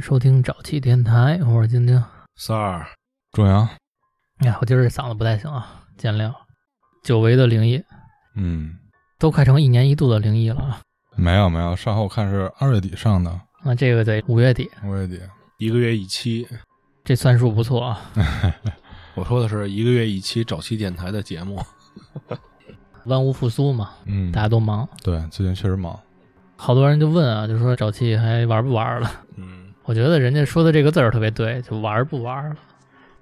收听早期电台，我是晶晶。三儿，壮阳，哎呀，我今儿这嗓子不太行啊，见谅。久违的灵异，嗯，都快成一年一度的灵异了啊！没有没有，上回我看是二月底上的，那这个在五月底，五月底，一个月一期。这算术不错啊。我说的是一个月一期早期电台的节目。 万物复苏嘛，嗯，大家都忙，对，最近确实忙，好多人就问啊，就说沼气还玩不玩了？嗯，我觉得人家说的这个字儿特别对，就玩不玩了。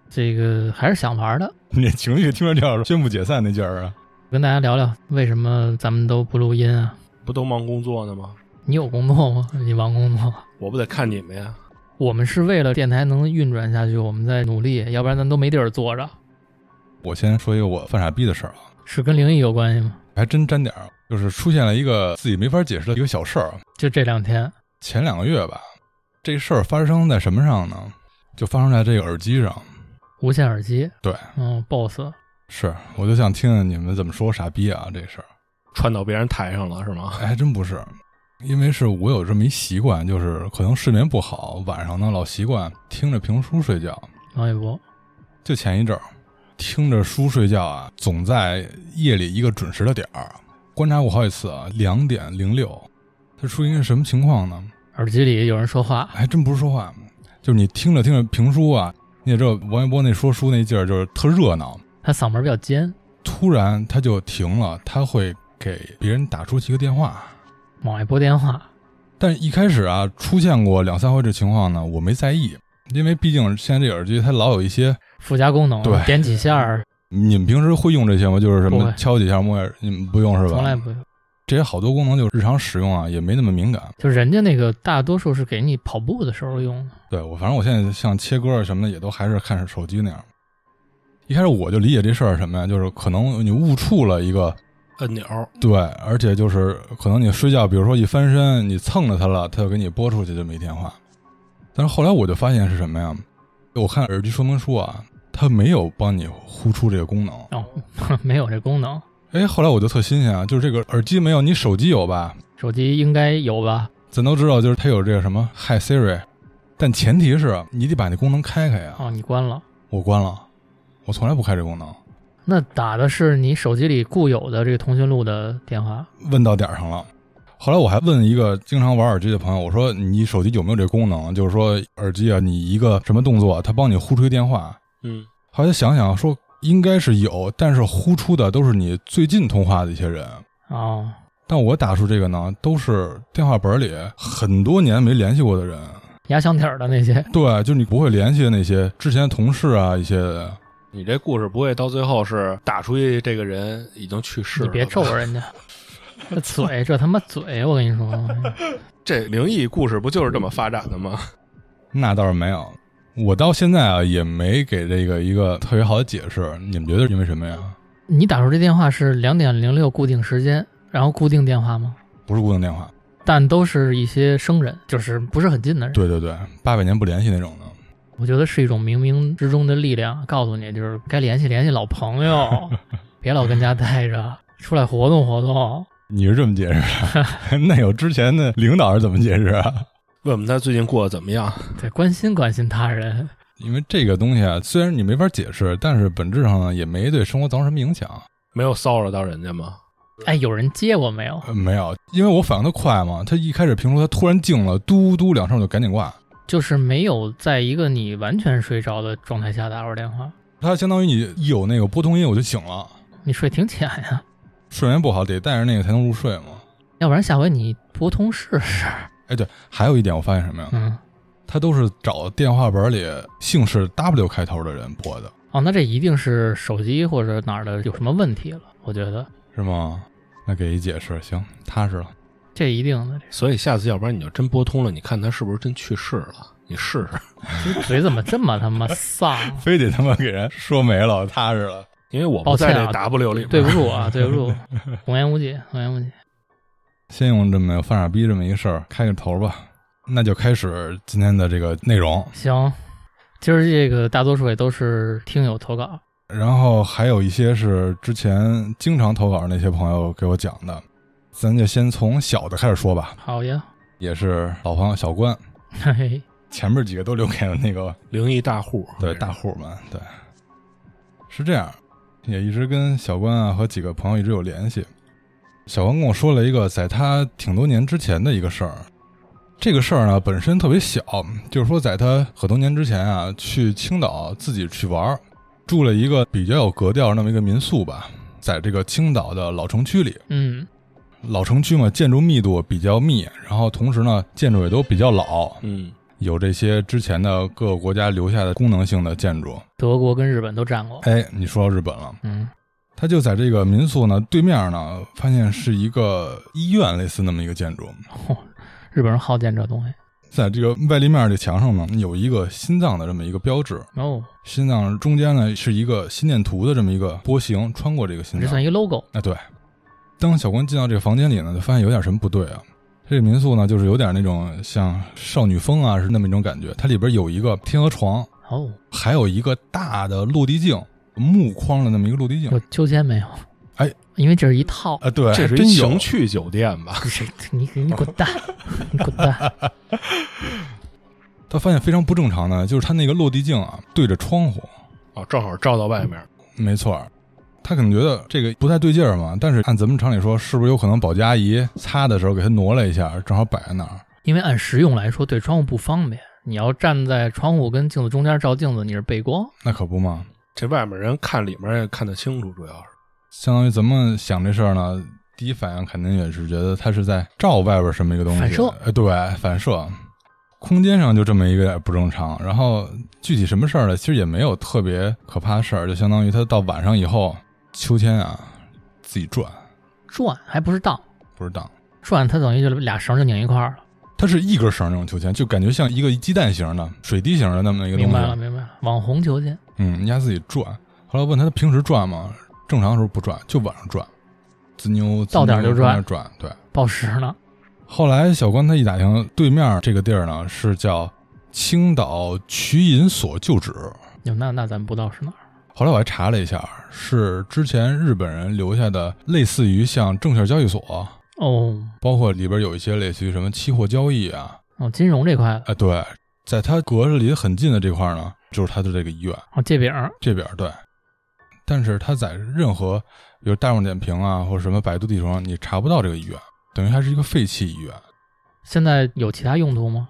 这个还是想玩的。你情绪听着就是宣布解散那劲儿啊，跟大家聊聊为什么咱们都不录音啊？不都忙工作呢吗？你有工作吗？你忙工作？我不得看你们呀？我们是为了电台能运转下去，我们在努力，要不然咱都没地儿坐着。我先说一个我犯傻逼的事儿啊，是跟灵异有关系吗？还真沾点儿，就是出现了一个自己没法解释的一个小事儿。啊就这两天，前两个月吧，这事儿发生在什么上呢？就发生在这个耳机上。无线耳机，对，嗯，BOSS，是，我就想听听你们怎么说傻逼啊这事儿。串到别人台上了是吗？哎，还真不是，因为是我有这么一习惯，就是可能睡眠不好，晚上呢老习惯听着评书睡觉。王一博，就前一阵儿，听着书睡觉啊，总在夜里一个准时的点儿。观察过好几次啊，两点零六，它出现什么情况呢？耳机里有人说话，还哎真不是说话，就是你听着听着评书啊，你也知道王一博那说书那劲儿就是特热闹，他嗓门比较尖。突然他就停了，他会给别人打出去一个电话。往外拨电话，但一开始啊，出现过两三回这情况呢，我没在意，因为毕竟现在这耳机它老有一些，附加功能，对点几下儿，你们平时会用这些吗？就是什不么会敲几下摸，你们不用是吧？从来不用。这些好多功能就是日常使用啊，也没那么敏感。就人家那个大多数是给你跑步的时候用 的，对我，反正我现在像切歌啊什么的，也都还是看手机那样。一开始我就理解这事儿是什么呀，就是可能你误触了一个按钮，对，而且就是可能你睡觉，比如说一翻身，你蹭着它了，它就给你拨出去这么一电话。但是后来我就发现是什么呀？我看耳机说明书啊，它没有帮你呼出这个功能。哦，没有这功能，哎，后来我就特新鲜啊，就是这个耳机没有，你手机有吧？手机应该有吧？咱都知道，就是它有这个什么 Hi Siri，但前提是你得把那功能开开呀、哦，你关了，我关了，我从来不开这功能。那打的是你手机里固有的这个通讯录的电话，问到点儿上了。后来我还问一个经常玩耳机的朋友，我说你手机有没有这功能？就是说耳机啊，你一个什么动作，它帮你呼出一电话。嗯，后来他想想说应该是有，但是呼出的都是你最近通话的一些人。哦，但我打出这个呢，都是电话本里很多年没联系过的人。压箱底儿的那些，对，就是你不会联系的那些之前的同事啊，一些人你这故事不会到最后是打出去这个人已经去世你了？别咒，人家。这嘴，这他妈嘴，我跟你说，这灵异故事不就是这么发展的吗？ 那倒是没有。我到现在啊，也没给这个一个特别好的解释。你们觉得是因为什么呀？你打出这电话是两点零六固定时间，然后固定电话吗？不是固定电话。但都是一些生人，就是不是很近的人。对对对，八百年不联系那种的。我觉得是一种冥冥之中的力量，告诉你就是该联系联系老朋友，别老跟家待着，出来活动活动。你是这么解释的？那有之前的领导是怎么解释啊？问问他最近过得怎么样？对，关心关心他人。因为这个东西啊，虽然你没法解释，但是本质上呢也没对生活造成什么影响。没有骚扰到人家吗？哎，有人接我没有？呃没有，因为我反应的快嘛，他一开始评书他突然静了，嘟嘟两声我就赶紧挂。就是没有在一个你完全睡着的状态下打会儿电话，他相当于你一有那个波动音我就醒了，你睡挺浅呀、睡眠不好得带着那个才能入睡嘛。要不然下回你拨通试试。哎，对，还有一点我发现什么呀？嗯，他都是找电话本里姓氏 W 开头的人拨的，哦，那这一定是手机或者哪儿的有什么问题了，我觉得是吗？那给一解释，行，踏实了。 这一定的。所以下次要不然你就真拨通了，你看他是不是真去世了？你试试，这嘴怎么这么他妈丧？啊非得他妈给人说没了，踏实了。因为我抱不歉在这啊 W 里边。对不住啊，对不住，童言无忌，童言无忌。先用这么犯傻逼这么一个事儿开个头吧，那就开始今天的这个内容。行，今儿这个大多数也都是听友投稿，然后还有一些是之前经常投稿那些朋友给我讲的，咱就先从小的开始说吧，好呀，也是老朋友小关。嘿嘿，前面几个都留给了那个灵异大户，对大户们，对，是这样，也一直跟小关啊和几个朋友一直有联系。小关跟我说了一个在他挺多年之前的一个事儿，这个事儿呢本身特别小，就是说在他很多年之前啊去青岛自己去玩儿，住了一个比较有格调那么一个民宿吧，在这个青岛的老城区里，嗯老城区嘛建筑密度比较密，然后同时呢建筑也都比较老，嗯，有这些之前的各个国家留下的功能性的建筑。德国跟日本都占过。哎，你说到日本了，嗯他就在这个民宿呢对面呢，发现是一个医院类似那么一个建筑，日本人好见这东西。在这个外立面的墙上呢有一个心脏的这么一个标志，哦，心脏中间呢是一个心电图的这么一个波形穿过这个心这脏算。一 logo。哎，对，当小关进到这个房间里呢，就发现有点什么不对啊。这个民宿呢，就是有点那种像少女风啊，是那么一种感觉。它里边有一个天鹅床，哦，还有一个大的落地镜，木框的那么一个落地镜有。秋千没有？哎，因为这是一套。啊，对，这是真一有情趣酒店吧？不是你你滚蛋，你滚蛋！他发现非常不正常的，就是他那个落地镜啊，对着窗户，哦，正好照到外面，没错儿。他可能觉得这个不太对劲儿嘛，但是按咱们常理说，是不是有可能保洁阿姨擦的时候给他挪了一下，正好摆在那儿？因为按实用来说，对窗户不方便。你要站在窗户跟镜子中间照镜子，你是背光。那可不嘛，这外面人看里面也看得清楚，主要是相当于咱们想这事儿呢，第一反应肯定也是觉得他是在照外边什么一个东西，反射呃，对，反射。空间上就这么一个不正常，然后具体什么事儿呢？其实也没有特别可怕的事儿，就相当于他到晚上以后，秋千啊自己转，转还不是荡，不是荡，转它等于就是俩绳就拧一块儿了。它是一根绳儿那种秋千，就感觉像一个鸡蛋型的、水滴型的那么一个明东西。白了，明白了。网红球鞋，嗯，人家自己转。后来问他，他平时转吗？正常的时候不转，就晚上转，滋妞到点儿就转转转。对。报时呢？后来小关他一打听，对面这个地儿呢是叫青岛瞿银所旧址。哟，那那咱们不知道是哪儿。后来我还查了一下，是之前日本人留下的，类似于像证券交易所，哦包括里边有一些类似于什么期货交易啊，哦，金融这块的啊，对，在它隔着离得很近的这块儿呢，就是它的这个医院哦，借饼这边儿对。但是它在任何比如大众点评啊或者什么百度地图上，你查不到这个医院，等于它是一个废弃医院。现在有其他用途吗？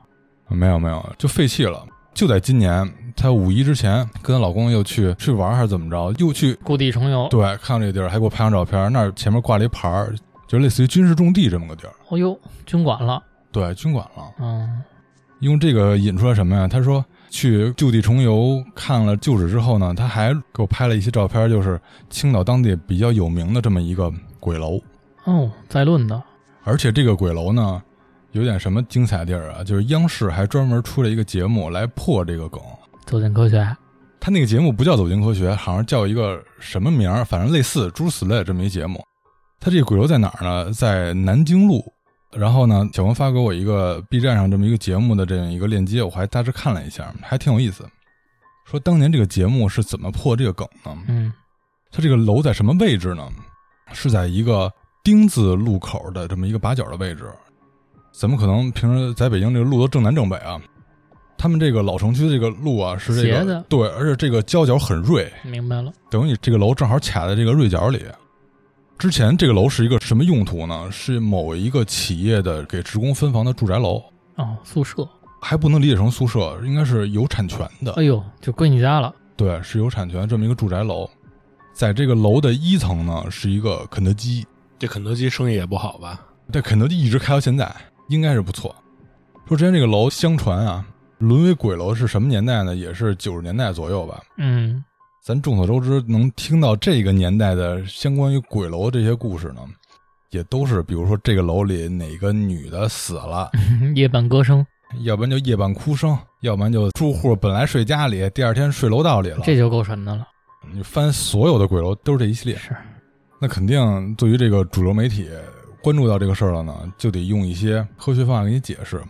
没有没有，就废弃了。就在今年，她五一之前跟她老公又去去玩儿还是怎么着，又去故地重游。对看到这个地儿，还给我拍张照片儿。那儿前面挂了一牌儿，就类似于军事重地这么个地儿，哦呦，军管了。对军管了。嗯，用这个引出来什么呀？他说去就地重游看了旧址之后呢，他还给我拍了一些照片，就是青岛当地比较有名的这么一个鬼楼，哦，在论的。而且这个鬼楼呢，有点什么精彩地儿啊，就是央视还专门出了一个节目来破这个梗。走进科学，他那个节目不叫《走进科学》，好像叫一个什么名儿，反正类似诸如此类的这么一节目。他这个鬼楼在哪儿呢？在南京路。然后呢，小文发给我一个 B 站上这么一个节目的这样一个链接，我还大致看了一下，还挺有意思。说当年这个节目是怎么破这个梗呢？嗯，它这个楼在什么位置呢？是在一个丁字路口的这么一个把角的位置。咱们可能平时在北京这个路都正南正北啊，他们这个老城区这个路啊是这斜个的对，而且这个交角很锐，明白了。等于你这个楼正好卡在这个锐角里。之前这个楼是一个什么用途呢？是某一个企业的给职工分房的住宅楼，哦，宿舍。还不能理解成宿舍，应该是有产权的哎。呦，就归你家了。对，是有产权这么一个住宅楼，在这个楼的一层呢是一个肯德基，这肯德基生意也不好吧？对，肯德基一直开到现在，应该是不错。说之前这个楼，相传啊，沦为鬼楼是什么年代呢？也是九十年代左右吧。嗯， 咱众所周知，能听到这个年代的相关于鬼楼这些故事呢，也都是比如说这个楼里哪个女的死了， 夜半歌声，要不然就夜半哭声，要不然就住户本来睡家里，第二天睡楼道里了。这就够神的了。你翻所有的鬼楼都是这一系列。是，那肯定对于这个主流媒体关注到这个事儿了呢，就得用一些科学方法给你解释。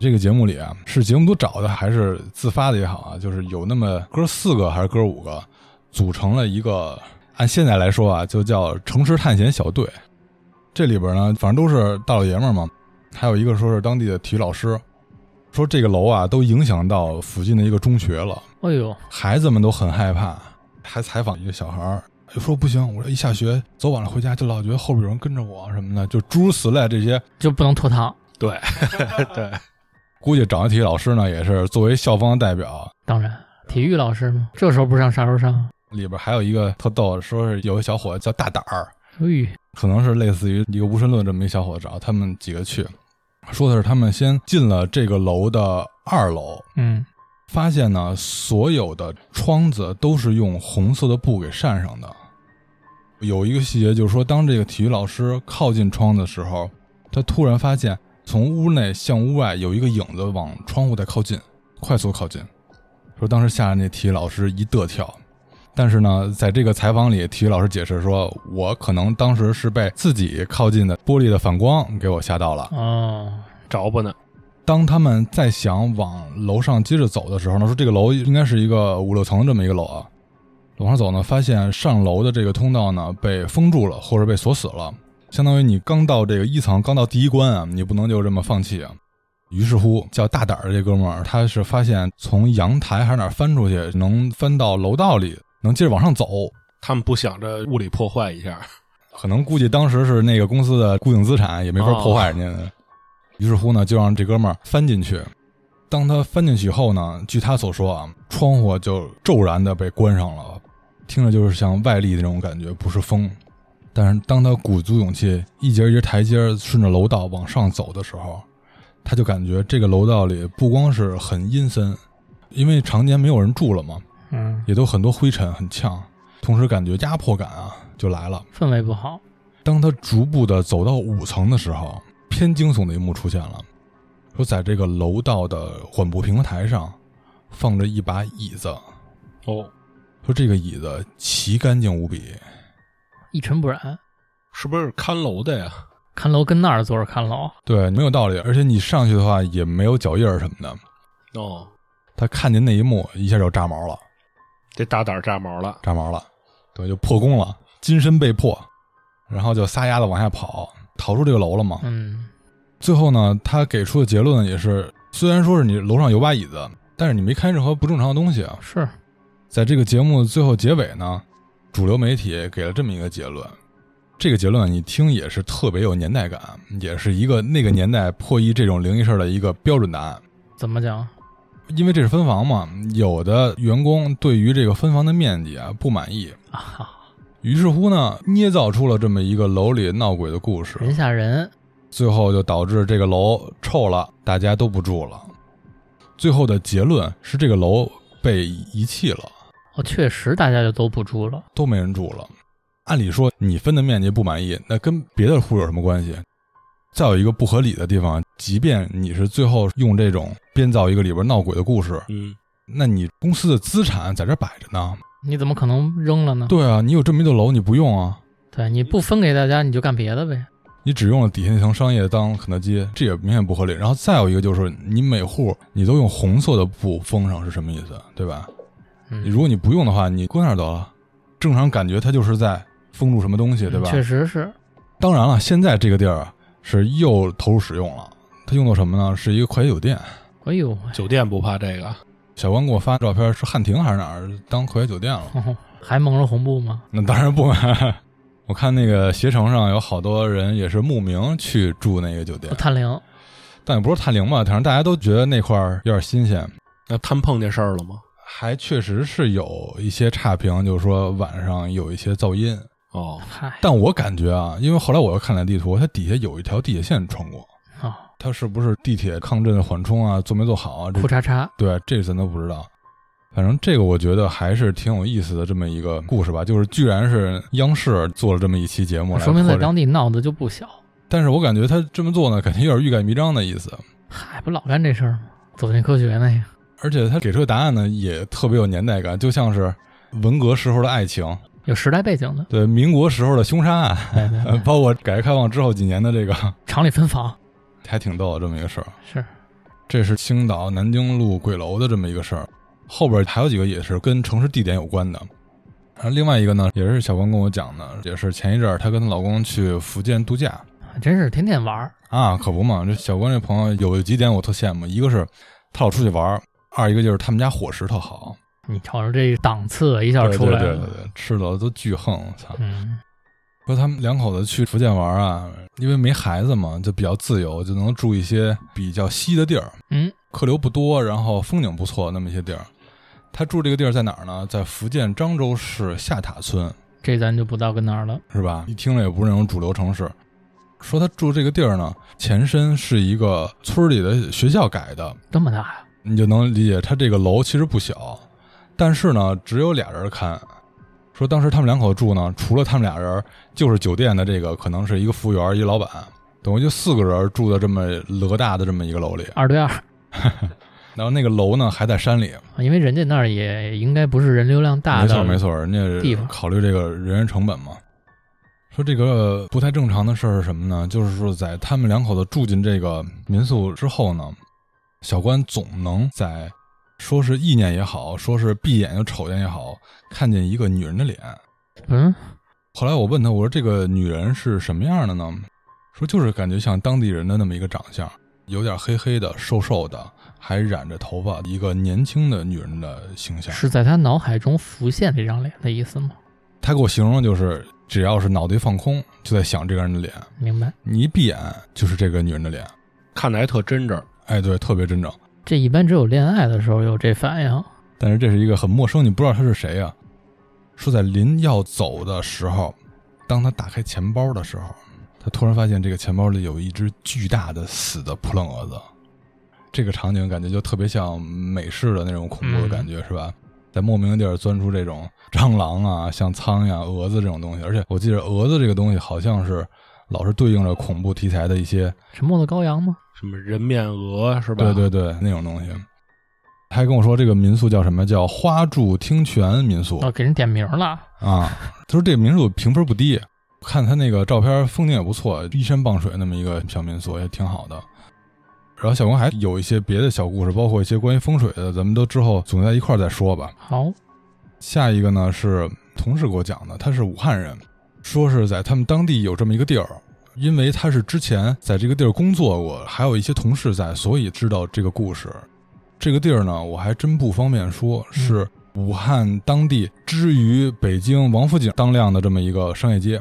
这个节目里啊，是节目组找的还是自发的也好啊，就是有那么哥四个还是哥五个，组成了一个按现在来说啊，就叫城市探险小队。这里边呢，反正都是大老爷们儿嘛，还有一个说是当地的体育老师，说这个楼啊都影响到附近的一个中学了，哎呦，孩子们都很害怕。还采访一个小孩儿，哎说不行，我这一下学走晚了回家就老觉得后边有人跟着我什么的，就诸如此类这些。就不能拖堂，对对，估计找体育老师呢，也是作为校方代表，当然，体育老师嘛，这时候不上啥时候上啊？里边还有一个特逗的，说是有个小伙子叫大胆儿，哎，可能是类似于一个无神论这么一小伙子，找他们几个去，说的是他们先进了这个楼的二楼，嗯，发现呢所有的窗子都是用红色的布给扇上的。有一个细节就是说，当这个体育老师靠近窗子的时候，他突然发现从屋内向屋外有一个影子往窗户在靠近，快速靠近。说当时吓得那体育老师一得跳，但是呢，在这个采访里，体育老师解释说，我可能当时是被自己靠近的玻璃的反光给我吓到了。哦，着吧呢，当他们再想往楼上接着走的时候呢，说这个楼应该是一个五六层这么一个楼啊，往上走呢，发现上楼的这个通道呢被封住了，或者被锁死了，相当于你刚到这个一层，刚到第一关啊，你不能就这么放弃啊。于是乎，叫大胆儿的这哥们儿，他是发现从阳台还是哪儿翻出去，能翻到楼道里，能接着往上走。他们不想着物理破坏一下，可能估计当时是那个公司的固定资产，也没法破坏人家的。于是乎呢，就让这哥们儿翻进去。当他翻进去以后呢，据他所说啊，窗户就骤然的被关上了，听着就是像外力那种感觉，不是风。但是当他鼓足勇气，一节一节台阶儿顺着楼道往上走的时候，他就感觉这个楼道里不光是很阴森，因为常年没有人住了嘛，嗯，也都很多灰尘，很呛，同时感觉压迫感啊就来了。氛围不好，当他逐步的走到五层的时候，偏惊悚的一幕出现了，说在这个楼道的缓步平台上放着一把椅子，哦，说这个椅子奇干净无比，一尘不染。是不是看楼的呀？看楼跟那儿坐着看楼，对，没有道理，而且你上去的话也没有脚印儿什么的。哦，他看见那一幕，一下就炸毛了，这大胆炸毛了，炸毛了，对，就破功了，金身被破，然后就撒丫子往下跑，逃出这个楼了嘛。嗯，最后呢，他给出的结论也是，虽然说是你楼上有把椅子，但是你没看任何不正常的东西啊。是在这个节目最后结尾呢，主流媒体给了这么一个结论，这个结论你听也是特别有年代感，也是一个那个年代破译这种灵异事儿的一个标准答案。怎么讲？因为这是分房嘛，有的员工对于这个分房的面积啊不满意，啊，于是乎呢，捏造出了这么一个楼里闹鬼的故事，人吓人，最后就导致这个楼臭了，大家都不住了。最后的结论是这个楼被遗弃了，哦，确实大家就都不住了，都没人住了。按理说你分的面积不满意，那跟别的户有什么关系？再有一个不合理的地方，即便你是最后用这种编造一个里边闹鬼的故事，嗯，那你公司的资产在这摆着呢。你怎么可能扔了呢？对啊，你有这么一栋楼，你不用啊，对，你不分给大家，你就干别的呗。你只用了底下那层商业当肯德基，这也明显不合理。然后再有一个就是，你每户你都用红色的布封上是什么意思，对吧？嗯，如果你不用的话，你搁那儿得了。正常感觉它就是在封住什么东西，对嗯？吧确实是，当然了，现在这个地儿啊是又投入使用了，它用作什么呢？是一个快捷酒店。哎呦喂， 酒店不怕这个，小关给我发照片，是汉庭还是哪儿当快捷酒店了？哦还蒙着红布吗？ 那当然不买。我看那个携程上有好多人也是慕名去住那个酒店哦，探灵，但也不是探灵吧，反正大家都觉得那块儿有点新鲜，那他们碰见事儿了吗？还确实是有一些差评，就是说晚上有一些噪音。哦，嗨，但我感觉啊，因为后来我又看了地图，它底下有一条地铁线穿过，哦，它是不是地铁抗震缓冲啊，做没做好啊？这裤衩衩，对，这咱都不知道。反正这个我觉得还是挺有意思的这么一个故事吧，就是居然是央视做了这么一期节目来说明破在这，当地闹得就不小。但是我感觉他这么做呢，肯定有点欲盖弥彰的意思。嗨，不老干这事儿吗？走进科学那个，而且他给出的答案呢，也特别有年代感，就像是文革时候的爱情，有时代背景的，对，民国时候的凶杀案， 对对呃对，包括改革开放之后几年的这个，厂里分房还挺逗的这么一个事儿。是这是青岛南京路鬼楼的这么一个事儿，后边还有几个也是跟城市地点有关的。然后另外一个呢，也是小关跟我讲的，也是前一阵儿她跟她老公去福建度假，真是天天玩儿。啊，可不嘛！这小关这朋友有几点我特羡慕，一个是他老出去玩儿，二一个就是他们家伙食特好，你瞅着这档次一下对出来了，对对对对，吃的都巨横，我操！嗯，说他们两口子去福建玩啊，因为没孩子嘛，就比较自由，就能住一些比较稀的地儿，嗯，客流不多，然后风景不错那么一些地儿。他住这个地儿在哪儿呢？在福建漳州市下塔村，这咱就不到跟那儿了。是吧？一听着也不是那种主流城市。说他住这个地儿呢，前身是一个村儿里的学校改的，这么大呀、你就能理解他这个楼其实不小，但是呢，只有俩人看。说当时他们两口住呢，除了他们俩人，就是酒店的这个可能是一个服务员，一老板，等于就四个人住在这么偌大的这么一个楼里。二对二，然后那个楼呢还在山里，因为人家那儿也应该不是人流量大没的，错没。错，人地家方考虑这个人员成本嘛。说这个不太正常的事儿是什么呢？就是说在他们两口子住进这个民宿之后呢，小关总能在说是意念也好，说是闭眼就瞅见也好，看见一个女人的脸。嗯，后来我问他，我说这个女人是什么样的呢？说就是感觉像当地人的那么一个长相，有点黑黑的、瘦瘦的，还染着头发，一个年轻的女人的形象。是在他脑海中浮现这张脸的意思吗？他给我形容的就是，只要是脑袋放空，就在想这个人的脸，明白。你一闭眼就是这个女人的脸。看着还特真着。哎，对，特别真正。这一般只有恋爱的时候有这反应。但是这是一个很陌生，你不知道他是谁呀、说在临要走的时候，当他打开钱包的时候，他突然发现这个钱包里有一只巨大的死的扑棱蛾子。这个场景感觉就特别像美式的那种恐怖的感觉，嗯是吧？在莫名的地儿钻出这种蟑螂啊、像苍蝇、啊、蛾子这种东西，而且我记得蛾子这个东西好像是老是对应着恐怖题材的一些沉默的羔羊吗？什么人面鹅是吧？对对对，那种东西。他还跟我说，这个民宿叫什么？叫花柱听泉民宿哦，给人点名了。啊。他说这个民宿评分不低，看他那个照片，风景也不错，依山傍水那么一个小民宿也挺好的。然后小光还有一些别的小故事，包括一些关于风水的，咱们都之后总结在一块儿再说吧。好，下一个呢是同事给我讲的，他是武汉人，说是在他们当地有这么一个地儿，因为他是之前在这个地儿工作过，还有一些同事在，所以知道这个故事。这个地儿呢，我还真不方便说，嗯是武汉当地之于北京王府井当量的这么一个商业街。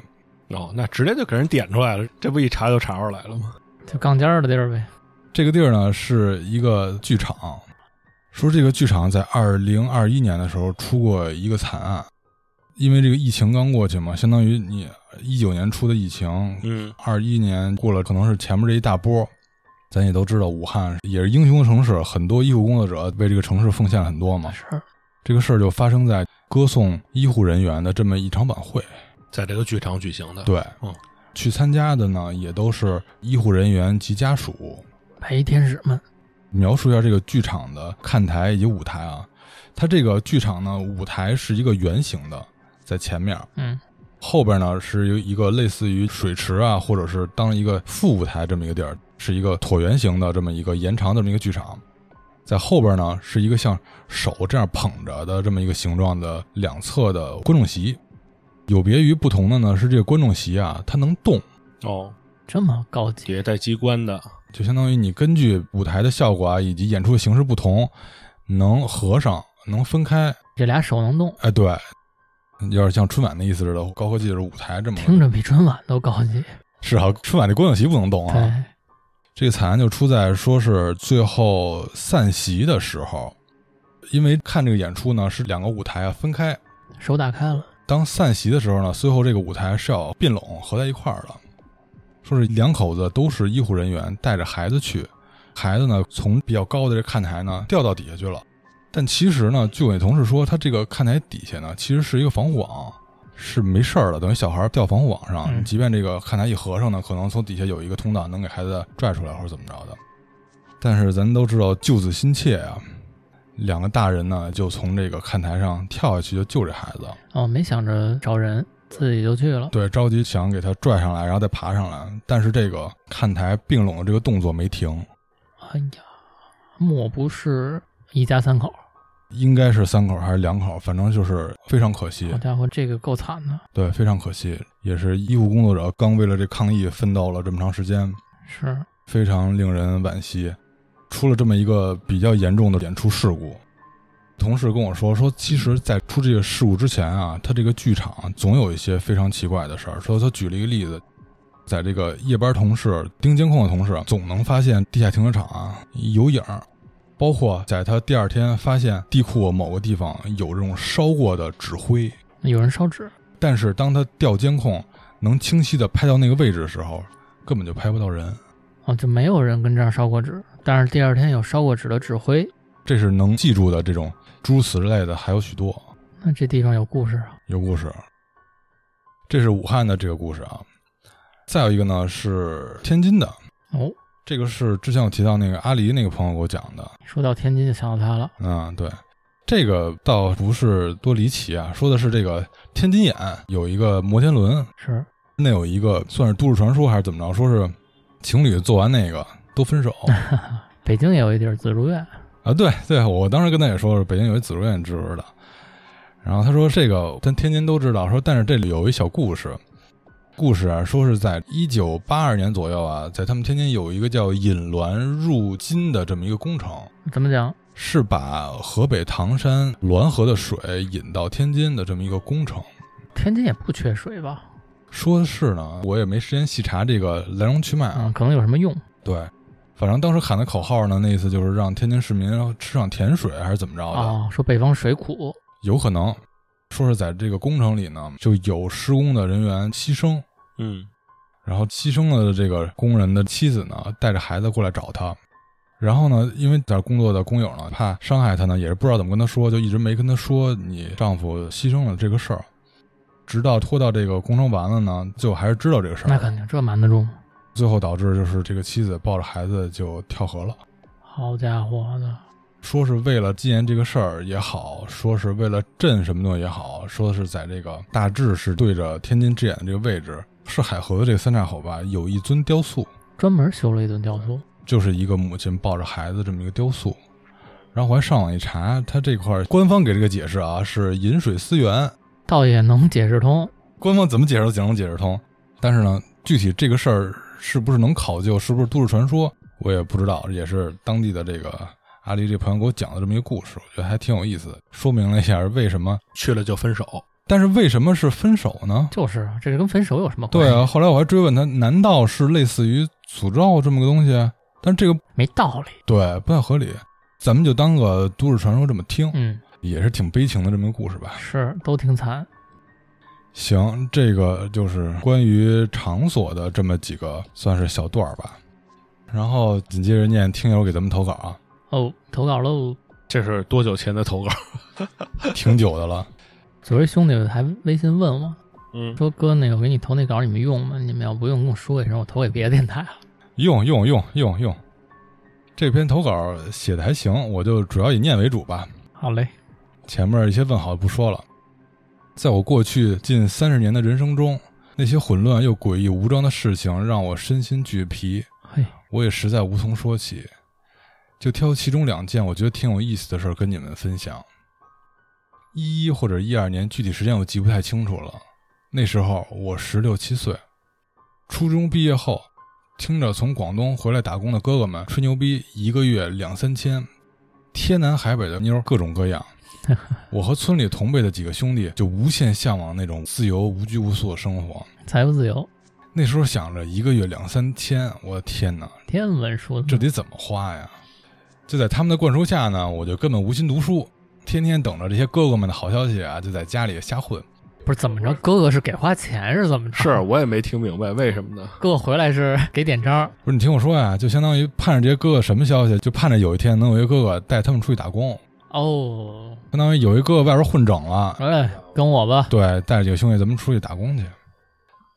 哦，那直接就给人点出来了，这不一查就查出来了吗？就杠尖儿的地儿呗。这个地儿呢是一个剧场，说这个剧场在二零二一年的时候出过一个惨案，因为这个疫情刚过去嘛，相当于你一九年出的疫情，嗯，二一年过了，可能是前面这一大波，咱也都知道，武汉也是英雄城市，很多医护工作者为这个城市奉献了很多嘛。是，这个事儿就发生在歌颂医护人员的这么一场晚会，在这个剧场举行的。，对，嗯去参加的呢也都是医护人员及家属。白衣天使们。描述一下这个剧场的看台以及舞台啊，它这个剧场呢，舞台是一个圆形的，在前面，嗯，后边呢是有一个类似于水池啊，或者是当一个副舞台这么一个地儿，是一个椭圆形的这么一个延长的这么一个剧场，在后边呢是一个像手这样捧着的这么一个形状的两侧的观众席。有别于不同的呢，是这个观众席啊，它能动，哦，这么高级。底下带机关的，就相当于你根据舞台的效果啊，以及演出的形式不同，能合上，能分开。这俩手能动，哎，对，有点像春晚那意思似的，高科技是舞台这么听着比春晚都高级。是啊，春晚那观众席不能动啊。对，这个惨案就出在说是最后散席的时候，因为看这个演出呢是两个舞台啊分开，手打开了。当散席的时候呢，最后这个舞台是要并拢合在一块儿的。说是两口子都是医护人员，带着孩子去，孩子呢从比较高的这看台呢掉到底下去了。但其实呢，据我那同事说，他这个看台底下呢其实是一个防护网，是没事儿的，等于小孩掉防护网上，嗯即便这个看台一合上呢，可能从底下有一个通道能给孩子拽出来或者怎么着的。但是咱都知道救子心切啊，两个大人呢就从这个看台上跳下去就救这孩子。哦，没想着找人，自己就去了。对，着急想给他拽上来，然后再爬上来，但是这个看台并拢的这个动作没停，哎呀，莫不是一家三口？应该是三口还是两口，反正就是非常可惜好。家伙，这个够惨的，对，非常可惜，也是医护工作者刚为了这抗疫奋斗了这么长时间，是非常令人惋惜。出了这么一个比较严重的演出事故，同事跟我说说，其实，在出这个事故之前啊，他这个剧场总有一些非常奇怪的事儿。说他举了一个例子，在这个夜班同事盯监控的同事啊，总能发现地下停车场啊有影儿，包括在他第二天发现地库某个地方有这种烧过的纸灰，有人烧纸，但是当他调监控能清晰的拍到那个位置的时候，根本就拍不到人。哦，就没有人跟这儿烧过纸，但是第二天有烧过纸的指挥，这是能记住的这种诸此类的还有许多，那这地方有故事啊，有故事。这是武汉的这个故事啊，再有一个呢是天津的，哦。这个是之前我提到那个阿狸那个朋友给我讲的，说到天津就想到他了，嗯，对，这个倒不是多离奇啊，说的是这个天津眼有一个摩天轮，是那有一个算是都市传说还是怎么着，说是情侣做完那个都分手北京也有一地儿紫竹院，啊，对对，我当时跟他也说，北京有一紫竹院知识的，然后他说这个咱天津都知道，说但是这里有一小故事，故事啊说是在一九八二年左右啊，在他们天津有一个叫引滦入津的这么一个工程，怎么讲？是把河北唐山滦河的水引到天津的这么一个工程。天津也不缺水吧？说是呢，我也没时间细查这个来龙去脉啊，嗯，可能有什么用？对。反正当时喊的口号呢，那意思就是让天津市民吃上甜水，还是怎么着的？哦，说北方水苦，有可能说是在这个工程里呢，就有施工的人员牺牲，嗯，然后牺牲了的这个工人的妻子呢，带着孩子过来找他。然后呢，因为在这儿工作的工友呢，怕伤害他呢，也是不知道怎么跟他说，就一直没跟他说你丈夫牺牲了这个事儿。直到拖到这个工程完了呢，最后还是知道这个事那儿，肯定这瞒得住吗？最后导致就是这个妻子抱着孩子就跳河了。好家伙的，说是为了纪念这个事儿也好，说是为了镇什么东西也好，说是在这个大致是对着天津之眼的这个位置，是海河的这个三岔口吧，有一尊雕塑，专门修了一顿雕塑，就是一个母亲抱着孩子这么一个雕塑。然后我还上网一查，它这块儿官方给这个解释啊是饮水思源，倒也能解释通。官方怎么解释都解能解释通。但是呢，具体这个事儿是不是能考究，是不是都市传说，我也不知道。也是当地的这个阿狸这朋友给我讲的这么一个故事，我觉得还挺有意思的，说明了一下为什么。去了就分手，但是为什么是分手呢？就是啊，这是跟分手有什么关对系？啊，后来我还追问他，难道是类似于诅咒这么个东西？啊但这个没道理。对不太合理，咱们就当个都市传说这么听，嗯，也是挺悲情的这么一个故事吧。是都挺惨。行，这个就是关于场所的这么几个算是小段儿吧。然后紧接着念听友给咱们投稿啊，哦，投稿喽！这是多久前的投稿？挺久的了。昨儿兄弟还微信问我， 嗯，说哥，那个我给你投那稿，你们用吗？你们要不用跟我说一声，我投给别的电台啊了。用用用用用，这篇投稿写的还行，我就主要以念为主吧。好嘞，前面一些问好不说了。在我过去近三十年的人生中，那些混乱又诡异无章的事情让我身心俱疲，嘿，我也实在无从说起，就挑其中两件我觉得挺有意思的事儿跟你们分享。一一或者一二年，具体时间我记不太清楚了。那时候我十六七岁，初中毕业后，听着从广东回来打工的哥哥们吹牛逼，一个月两三千，天南海北的妞儿各种各样。我和村里同辈的几个兄弟就无限向往那种自由无拘无束的生活。财务自由，那时候想着一个月两三千，我的天哪，天文数这字，得怎么花呀？就在他们的灌输下呢，我就根本无心读书，天天等着这些哥哥们的好消息啊，就在家里瞎混。不是怎么着？哥哥是给花钱是怎么着？是啊啊我也没听明白为什么呢？哥哥回来是给点招，不是你听我说呀，就相当于盼着这些哥哥什么消息，就盼着有一天能有一个哥哥带他们出去打工，哦，相当于有一哥哥外边混整了，哎，跟我吧，对，带着几个兄弟咱们出去打工去。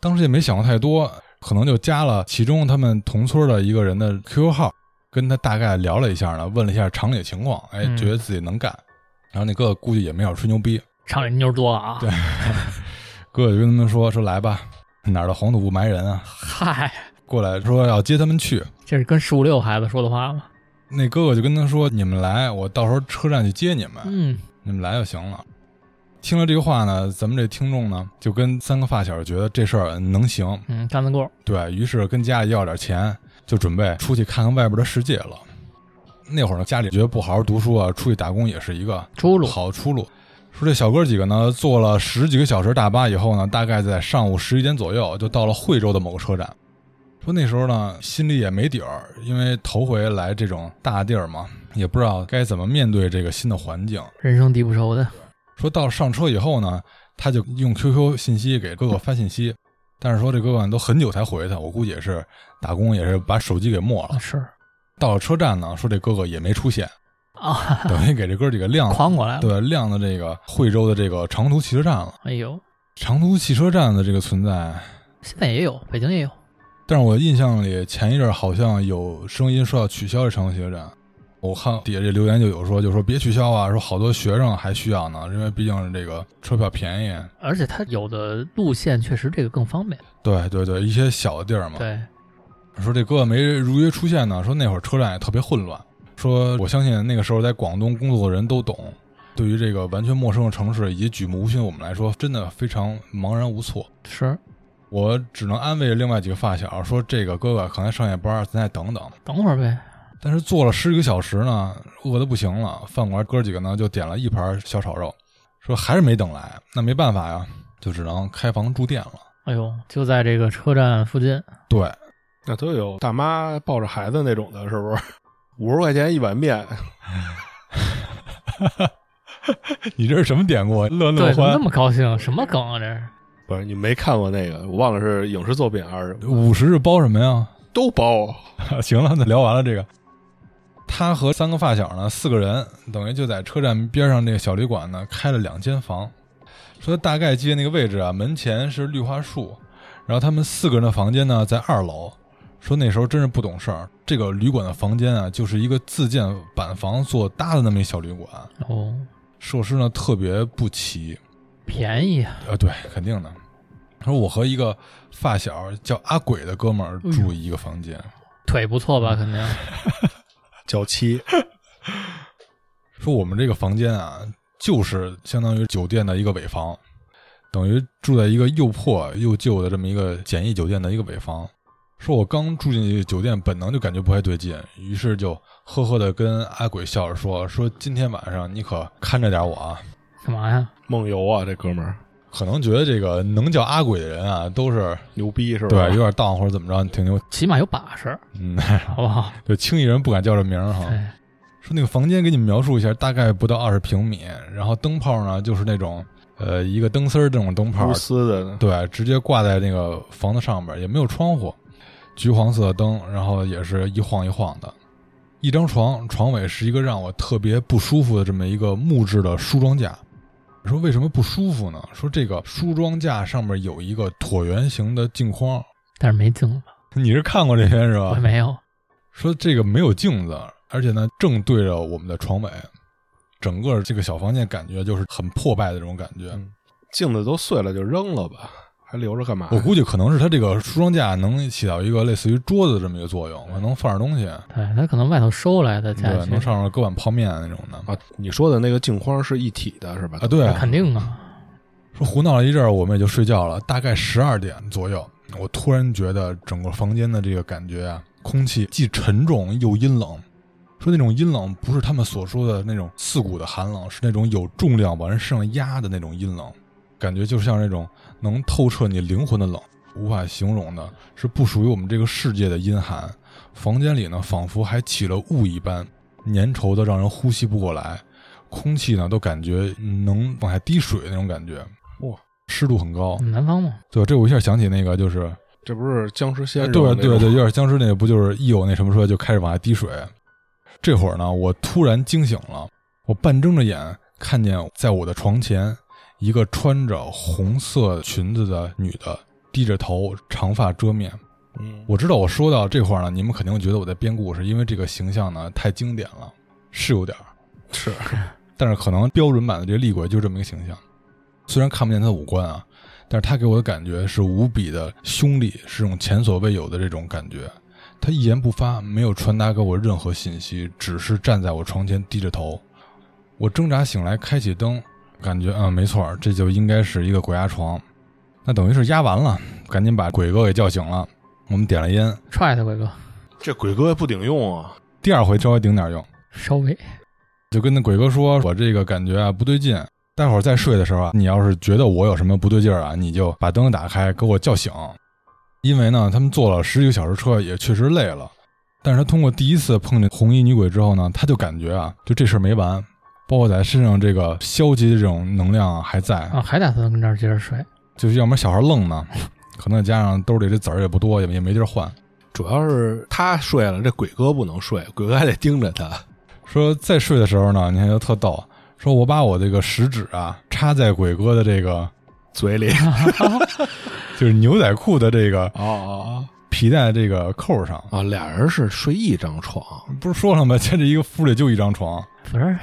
当时也没想过太多，可能就加了其中他们同村的一个人的 QQ 号，跟他大概聊了一下呢，问了一下厂里的情况，哎，嗯觉得自己能干。然后那哥哥估计也没少吹牛逼，厂里妞儿多啊。对哥哥就跟他们说说来吧， 哪儿的黄土不埋人啊，嗨，过来说要接他们去。这是跟十五六孩子说的话吗？那哥哥就跟他说：“你们来，我到时候车站去接你们，嗯，你们来就行了。”听了这个话呢，咱们这听众呢就跟三个发小觉得这事儿能行，嗯，干得过，对于是跟家里要点钱，就准备出去看看外边的世界了。那会儿呢，家里觉得不好好读书啊，出去打工也是一个出路，好出路。说这小哥几个呢，坐了十几个小时大巴以后呢，大概在上午十一点左右就到了惠州的某个车站。说那时候呢，心里也没底儿，因为头回来这种大地儿嘛，也不知道该怎么面对这个新的环境。人生地不熟的，说到上车以后呢，他就用 QQ 信息给哥哥发信息，但是说这哥哥都很久才回他，我估计也是打工，也是把手机给没了。是到了车站呢，说这哥哥也没出现，啊，等于给这哥几个 晾狂过来了，对晾到这个惠州的这个长途汽车站了。哎呦，长途汽车站的这个存在，现在也有，北京也有，但是我印象里前一阵儿好像有声音说要取消这长途汽车站，我看底下这留言就有说，就说别取消啊，说好多学生还需要呢，因为毕竟这个车票便宜。而且它有的路线确实这个更方便，对对对，一些小的地儿嘛。对，说这哥哥没如约出现呢，说那会儿车站也特别混乱。说我相信那个时候在广东工作的人都懂，对于这个完全陌生的城市以及举目无亲的我们来说，真的非常茫然无措。是我只能安慰另外几个发小说，这个哥哥可能上夜班，咱再等等。等会儿呗，但是坐了十几个小时呢，饿得不行了。饭馆哥几个呢就点了一盘小炒肉，说还是没等来，那没办法呀，就只能开房住店了。哎呦，就在这个车站附近，对， 那都有大妈抱着孩子那种的，是不是？五十块钱一碗面，你这是什么典故？啊乐对，乐怎么欢那么高兴，什么梗啊这是？不是你没看过那个，我忘了是影视作品还是五十是包什么呀？都包。 行了，那聊完了这个。他和三个发小呢，四个人，等于就在车站边上这个小旅馆呢开了两间房。说大概记得那个位置啊，门前是绿化树，然后他们四个人的房间呢在二楼。说那时候真是不懂事儿，这个旅馆的房间啊，就是一个自建板房所搭的那么一小旅馆，哦，设施呢特别不齐。便宜啊，啊，对，肯定的。他说我和一个发小叫阿鬼的哥们儿住一个房间，腿不错嗯吧？肯定，脚七， 说我们这个房间啊，就是相当于酒店的一个尾房，等于住在一个又破又旧的这么一个简易酒店的一个尾房。说我刚住进去酒店，本能就感觉不太对劲，于是就呵呵的跟阿鬼笑着说：“说今天晚上你可看着点我啊。”干嘛呀？梦游啊，这哥们儿可能觉得这个能叫阿鬼的人啊，都是牛逼是吧？对有点荡或者怎么着，挺牛，起码有把式，嗯， 好不好？就轻易人不敢叫这名儿哈。哎，说那个房间给你们描述一下，大概不到二十平米，然后灯泡呢就是那种呃一个灯丝儿这种灯泡无，私的，对，直接挂在那个房子上边，也没有窗户，橘黄色的灯，然后也是一晃一晃的。一张床，床尾是一个让我特别不舒服的这么一个木质的梳妆架。说为什么不舒服呢？说这个梳妆架上面有一个椭圆形的镜框，但是没镜子，你是看过这篇是吧？我没有，说这个没有镜子，而且呢正对着我们的床尾，整个这个小房间感觉就是很破败的这种感觉。嗯镜子都碎了就扔了吧，还留着干嘛？我估计可能是它这个梳妆架能起到一个类似于桌子这么一个作用，嗯能放点东西，对他可能外头收来的，对家，能去，上面搁碗泡面那种的啊，你说的那个镜框是一体的，是吧？啊。对那啊，肯定啊，说胡闹了一阵儿，我们也就睡觉了。大概十二点左右，我突然觉得整个房间的这个感觉啊，空气既沉重又阴冷。说那种阴冷不是他们所说的那种刺骨的寒冷，是那种有重量往人身上压的那种阴冷，感觉就像那种能透彻你灵魂的冷，无法形容的，是不属于我们这个世界的阴寒。房间里呢，仿佛还起了雾一般，粘稠的让人呼吸不过来，空气呢都感觉嗯能往下滴水那种感觉，哇，湿度很高我。们南方嘛，对，这我一下想起那个就是，这不是僵尸先对生对那种对对，有点僵尸那个，不就是一有那什么说就开始往下滴水。这会儿呢，我突然惊醒了，我半睁着眼看见在我的床前一个穿着红色裙子的女的，低着头，长发遮面。嗯，我知道我说到这块儿呢，你们肯定觉得我在编故事，因为这个形象呢太经典了，是有点儿，是但是可能标准版的这个厉鬼就这么一个形象。虽然看不见他的五官啊，但是他给我的感觉是无比的凶厉，是种前所未有的这种感觉，他一言不发，没有传达给我任何信息，只是站在我床前低着头。我挣扎醒来，开启灯，感觉嗯，没错，这就应该是一个鬼压床。那等于是压完了，赶紧把鬼哥给叫醒了。我们点了烟，踹他鬼哥， 这鬼哥也不顶用啊，第二回稍微顶点用，稍微啊就跟那鬼哥说：“我这个感觉啊不对劲，待会儿再睡的时候啊，你要是觉得我有什么不对劲儿啊，你就把灯打开给我叫醒。”因为呢，他们坐了十几个小时车，也确实累了。但是他通过第一次碰见红衣女鬼之后呢，他就感觉啊，就这事儿没完，包括在身上这个消极的这种能量啊还在，啊，还打算跟这儿接着睡。就是要么小孩愣呢，可能加上兜里这子儿也不多，也也没地儿换。主要是他睡了，这鬼哥不能睡，鬼哥还得盯着他。说再睡的时候呢，你看就特逗，说我把我这个食指啊插在鬼哥的这个嘴里，就是牛仔裤的这个哦哦皮带这个扣上， 哦，啊，俩人是睡一张床，不是说了吗？ 这这一个屋里就一张床，不是，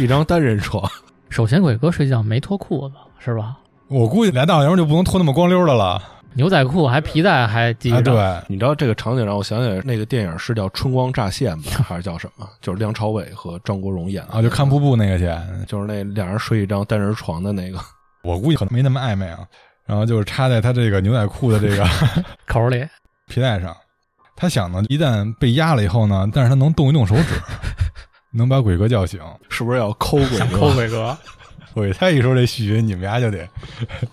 一张单人床， 首先鬼哥睡觉没脱裤子是吧？我估计俩大老爷们就不能脱那么光溜的了啊！牛仔裤还皮带还系着，对，你知道这个场景让我想起来那个电影是叫《春光乍泄》吧，还是叫什么？就是梁朝伟和张国荣演的啊，就看瀑布那个去， 就是那俩人睡一张单人床的那个，我估计可能没那么暧昧啊。然后就是插在他这个牛仔裤的这个 口里皮带上，他想呢，一旦被压了以后呢，但是他能动一动手指， 能把鬼哥叫醒。是不是要抠鬼想 抠哥？鬼哥，我给他一说这续，你们俩就得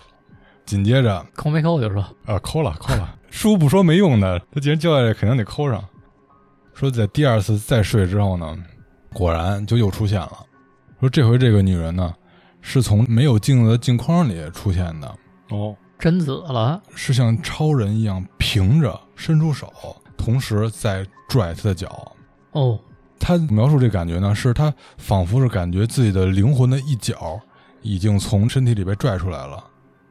紧接着抠没抠我就说啊，抠了抠了， 叔不说没用的，他既然叫来肯定得抠上。说在第二次再睡之后呢，果然就又出现了。说这回这个女人呢，是从没有镜子的镜框里出现的，哦，贞子了，是像超人一样平着伸出手，同时在拽她的脚。哦，他描述这感觉呢，是他仿佛是感觉自己的灵魂的一角已经从身体里被拽出来了，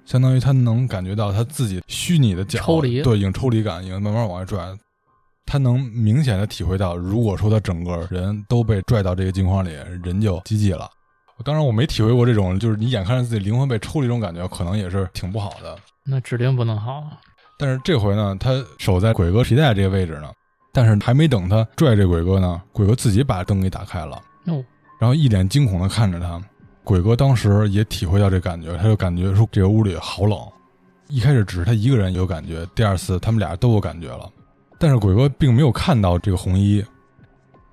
相当于他能感觉到他自己虚拟的脚抽离对，已经抽离感，已经慢慢往外拽。他能明显的体会到，如果说他整个人都被拽到这个镜框里，人就 GG 了。当然，我没体会过这种，就是你眼看着自己灵魂被抽离这种感觉，可能也是挺不好的。那指定不能好。但是这回呢，他手在鬼哥皮带这个位置呢，但是还没等他拽这鬼哥呢，鬼哥自己把灯给打开了。哟，然后一脸惊恐的看着他。鬼哥当时也体会到这感觉，他就感觉说这个屋里好冷。一开始只是他一个人有感觉，第二次他们俩都有感觉了，但是鬼哥并没有看到这个红衣。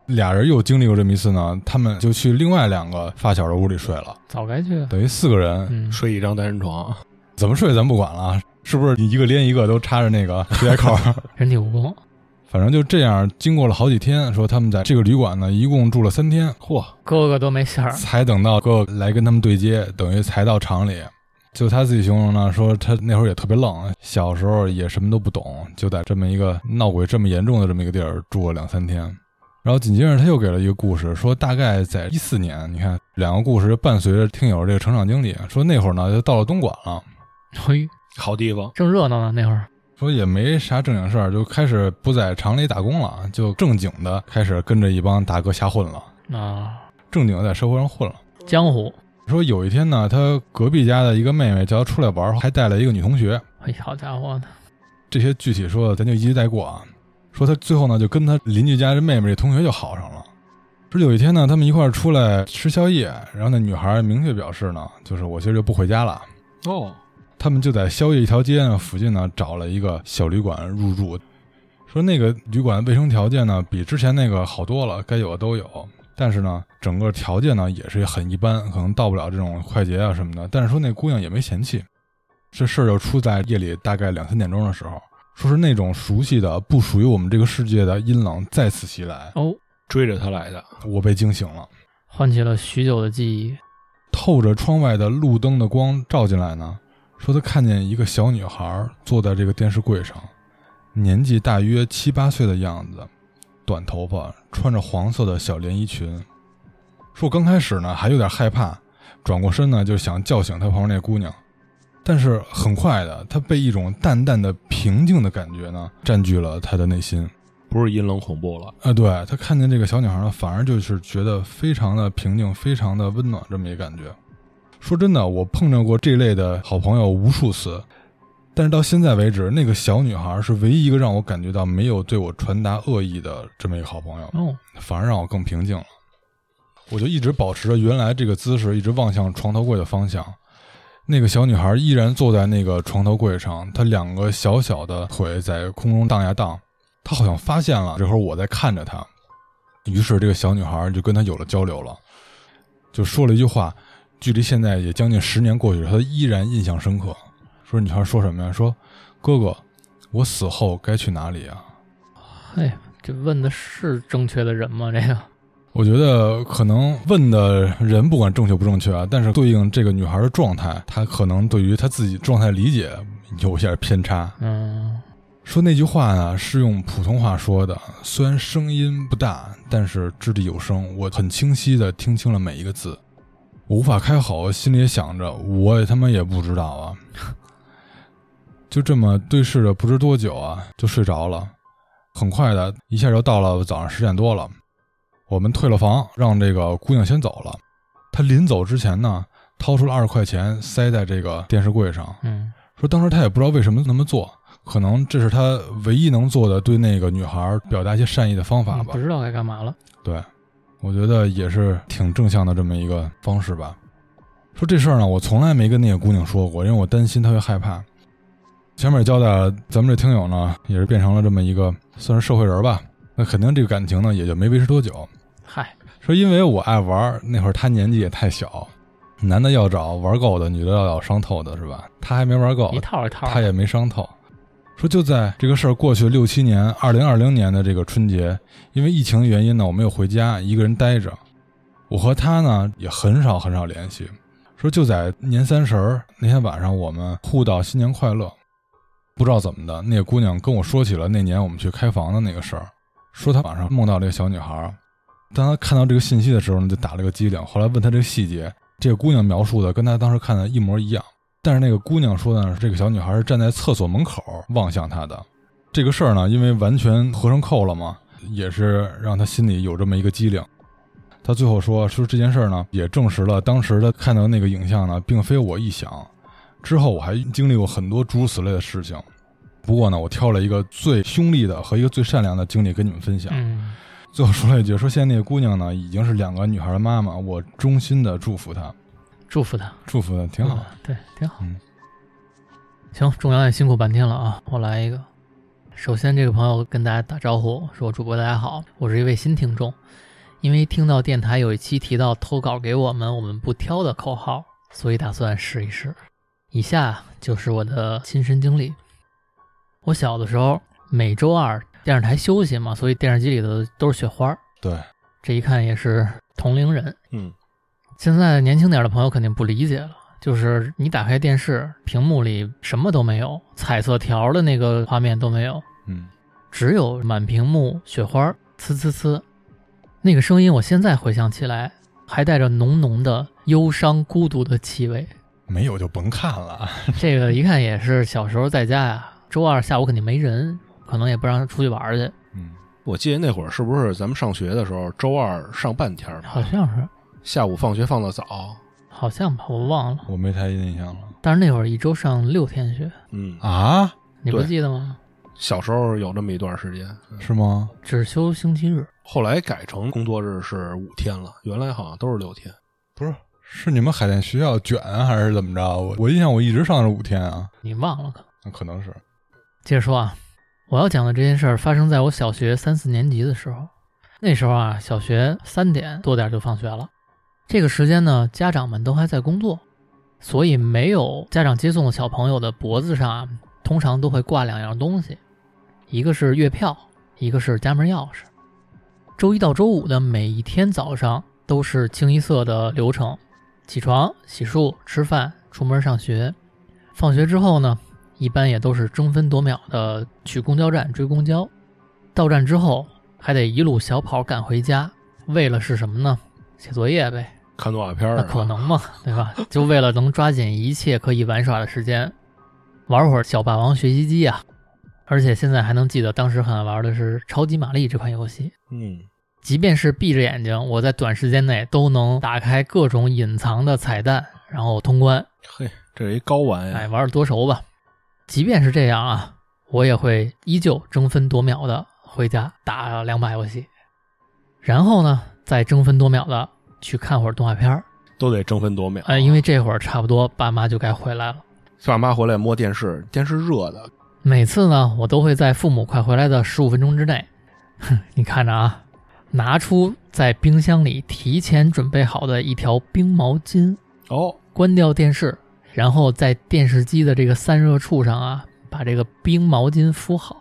俩人又经历过这么一次呢，他们就去另外两个发小的屋里睡了，早该去。等于四个人嗯，睡一张单人床，怎么睡咱不管了啊，是不是？一个连一个都插着那个皮带扣，人体蜈蚣，反正就这样，经过了好几天，说他们在这个旅馆呢，一共住了三天，嚯，哥哥都没馅 儿，才等到哥哥来跟他们对接，等于才到厂里。就他自己形容呢，说他那会儿也特别愣，小时候也什么都不懂，就在这么一个闹鬼这么严重的这么一个地儿住了两三天。然后紧接着他又给了一个故事，说大概在一四年，你看两个故事伴随着听友这个成长经历，说那会儿呢就到了东莞了，嘿，好地方，哎正热闹呢那会儿。说也没啥正经事儿，就开始不在厂里打工了，就正经的开始跟着一帮大哥瞎混了，啊，正经的在社会上混了。江湖，说有一天呢，他隔壁家的一个妹妹叫他出来玩儿，还带了一个女同学。嘿，哎好家伙的，这些具体说的咱就一一带过啊。说他最后呢，就跟他邻居家这妹妹这同学就好上了。说有一天呢，他们一块儿出来吃宵夜，然后那女孩明确表示呢，就是我今儿就不回家了。哦，他们就在宵夜一条街呢附近呢找了一个小旅馆入住，说那个旅馆卫生条件呢比之前那个好多了，该有的都有，但是呢整个条件呢也是很一般，可能到不了这种快捷啊什么的。但是说那姑娘也没嫌弃，这事儿就出在夜里大概两三点钟的时候，说是那种熟悉的不属于我们这个世界的阴冷再次袭来，哦，追着他来的，我被惊醒了。唤起了许久的记忆。透着窗外的路灯的光照进来呢，说他看见一个小女孩坐在这个电视柜上，年纪大约七八岁的样子，短头发，穿着黄色的小连衣裙。说我刚开始呢还有点害怕，转过身呢就想叫醒她旁边那姑娘，但是很快的，她被一种淡淡的平静的感觉呢占据了她的内心。不是阴冷恐怖了，啊，对他看见这个小女孩呢，反而就是觉得非常的平静，非常的温暖，这么一个感觉。说真的，我碰着过这类的好朋友无数次，但是到现在为止，那个小女孩是唯一一个让我感觉到没有对我传达恶意的这么一个好朋友，哦，反而让我更平静了。我就一直保持着原来这个姿势，一直望向床头柜的方向。那个小女孩依然坐在那个床头柜上，她两个小小的腿在空中荡呀荡。她好像发现了这会儿我在看着她，于是这个小女孩就跟她有了交流了，就说了一句话，距离现在也将近十年过去了，她依然印象深刻。说女孩说什么呀？说哥哥，我死后该去哪里啊？哎，这问的是正确的人吗？这个我觉得可能问的人不管正确不正确啊，但是对应这个女孩的状态，她可能对于她自己状态理解有些偏差。嗯，说那句话呢是用普通话说的，虽然声音不大，但是掷地有声，我很清晰的听清了每一个字。我无法开口，心里也想着，我也他妈也不知道啊。 就这么对视着不知多久啊，就睡着了。很快的，一下就到了早上十点多了。我们退了房，让这个姑娘先走了。她临走之前呢，掏出了二十块钱塞在这个电视柜上，嗯，说当时他也不知道为什么那么做，可能这是他唯一能做的对那个女孩表达一些善意的方法嗯吧不。知道该干嘛了。对，我觉得也是挺正向的这么一个方式吧。说这事儿呢，我从来没跟那个姑娘说过，因为我担心她会害怕。前面也交代了，咱们这听友呢也是变成了这么一个算是社会人吧，那肯定这个感情呢也就没维持多久。嗨，说因为我爱玩儿，那会儿他年纪也太小，男的要找玩够的，女的要找伤透的，是吧？他还没玩够一，套一套的。他也没伤透。说就在这个事儿过去六七年，二零二零年的这个春节，因为疫情原因呢，我没有回家，一个人待着。我和他呢也很少很少联系。说就在年三十儿那天晚上，我们互道新年快乐。不知道怎么的，那个姑娘跟我说起了那年我们去开房的那个事儿，说她晚上梦到这个小女孩儿。当她看到这个信息的时候呢，就打了个激灵。后来问她这个细节，这个姑娘描述的跟她当时看的一模一样。但是那个姑娘说呢，这个小女孩是站在厕所门口望向他的。这个事儿呢，因为完全合上扣了嘛，也是让他心里有这么一个机灵。他最后说，说这件事儿呢，也证实了当时他看到那个影像呢，并非我臆想。之后我还经历过很多诸如此类的事情，不过呢，我挑了一个最凶厉的和一个最善良的经历跟你们分享。嗯，最后说了一句，说现在那个姑娘呢，已经是两个女孩的妈妈，我衷心的祝福她，祝福他，祝福她挺好。嗯对，挺好。嗯行，重阳也辛苦半天了啊，我来一个。首先，这个朋友跟大家打招呼，说：“主播大家好，我是一位新听众，因为听到电台有一期提到投稿给我们我们不挑的口号，所以打算试一试。以下就是我的亲身经历。我小的时候，每周二电视台休息嘛，所以电视机里头都是雪花儿，对，这一看也是同龄人，嗯，现在年轻点儿的朋友肯定不理解了，就是你打开电视，屏幕里什么都没有，彩色条的那个画面都没有，嗯，只有满屏幕雪花儿呲呲呲，那个声音我现在回想起来，还带着浓浓的忧伤、孤独的气味。没有就甭看了。这个一看也是小时候在家呀、周二下午肯定没人，可能也不让出去玩儿去，嗯，我记得那会儿是不是咱们上学的时候，周二上半天儿，好像是，下午放学放的早，好像吧，我忘了。我没太印象了但是那会儿一周上六天学，嗯，啊？你不对记得吗？小时候有这么一段时间，嗯是吗？只休星期日。后来改成工作日是五天了，原来好像都是六天。不是，是你们海淀学校卷啊还是怎么着？我我印象我一直上的是五天啊，你忘了可能那可能是接着说啊，我要讲的这件事儿发生在我小学三四年级的时候。那时候啊，小学三点多点儿就放学了，这个时间呢，家长们都还在工作，所以没有家长接送的小朋友的脖子上啊，通常都会挂两样东西，一个是月票，一个是家门钥匙。周一到周五的每一天早上都是清一色的流程：起床、洗漱、吃饭、出门上学。放学之后呢，一般也都是争分夺秒的去公交站追公交，到站之后还得一路小跑赶回家，为了是什么呢？写作业呗，看动画片儿那啊，可能吗？ 对吧？就为了能抓紧一切可以玩耍的时间，玩会儿小霸王学习机啊！而且现在还能记得当时很爱玩的是《超级玛丽》这款游戏，嗯，即便是闭着眼睛，我在短时间内都能打开各种隐藏的彩蛋，然后通关。嘿，这是一高玩呀，哎哎，玩的多熟吧。即便是这样啊，我也会依旧争分夺秒的回家打两把游戏，然后呢，再争分夺秒的去看会儿动画片儿。都得争分夺秒。啊哎，因为这会儿差不多爸妈就该回来了。爸妈回来摸电视，电视热的，每次呢，我都会在父母快回来的十五分钟之内，哼，你看着啊，拿出在冰箱里提前准备好的一条冰毛巾，哦，关掉电视，然后在电视机的这个散热处上啊，把这个冰毛巾敷好，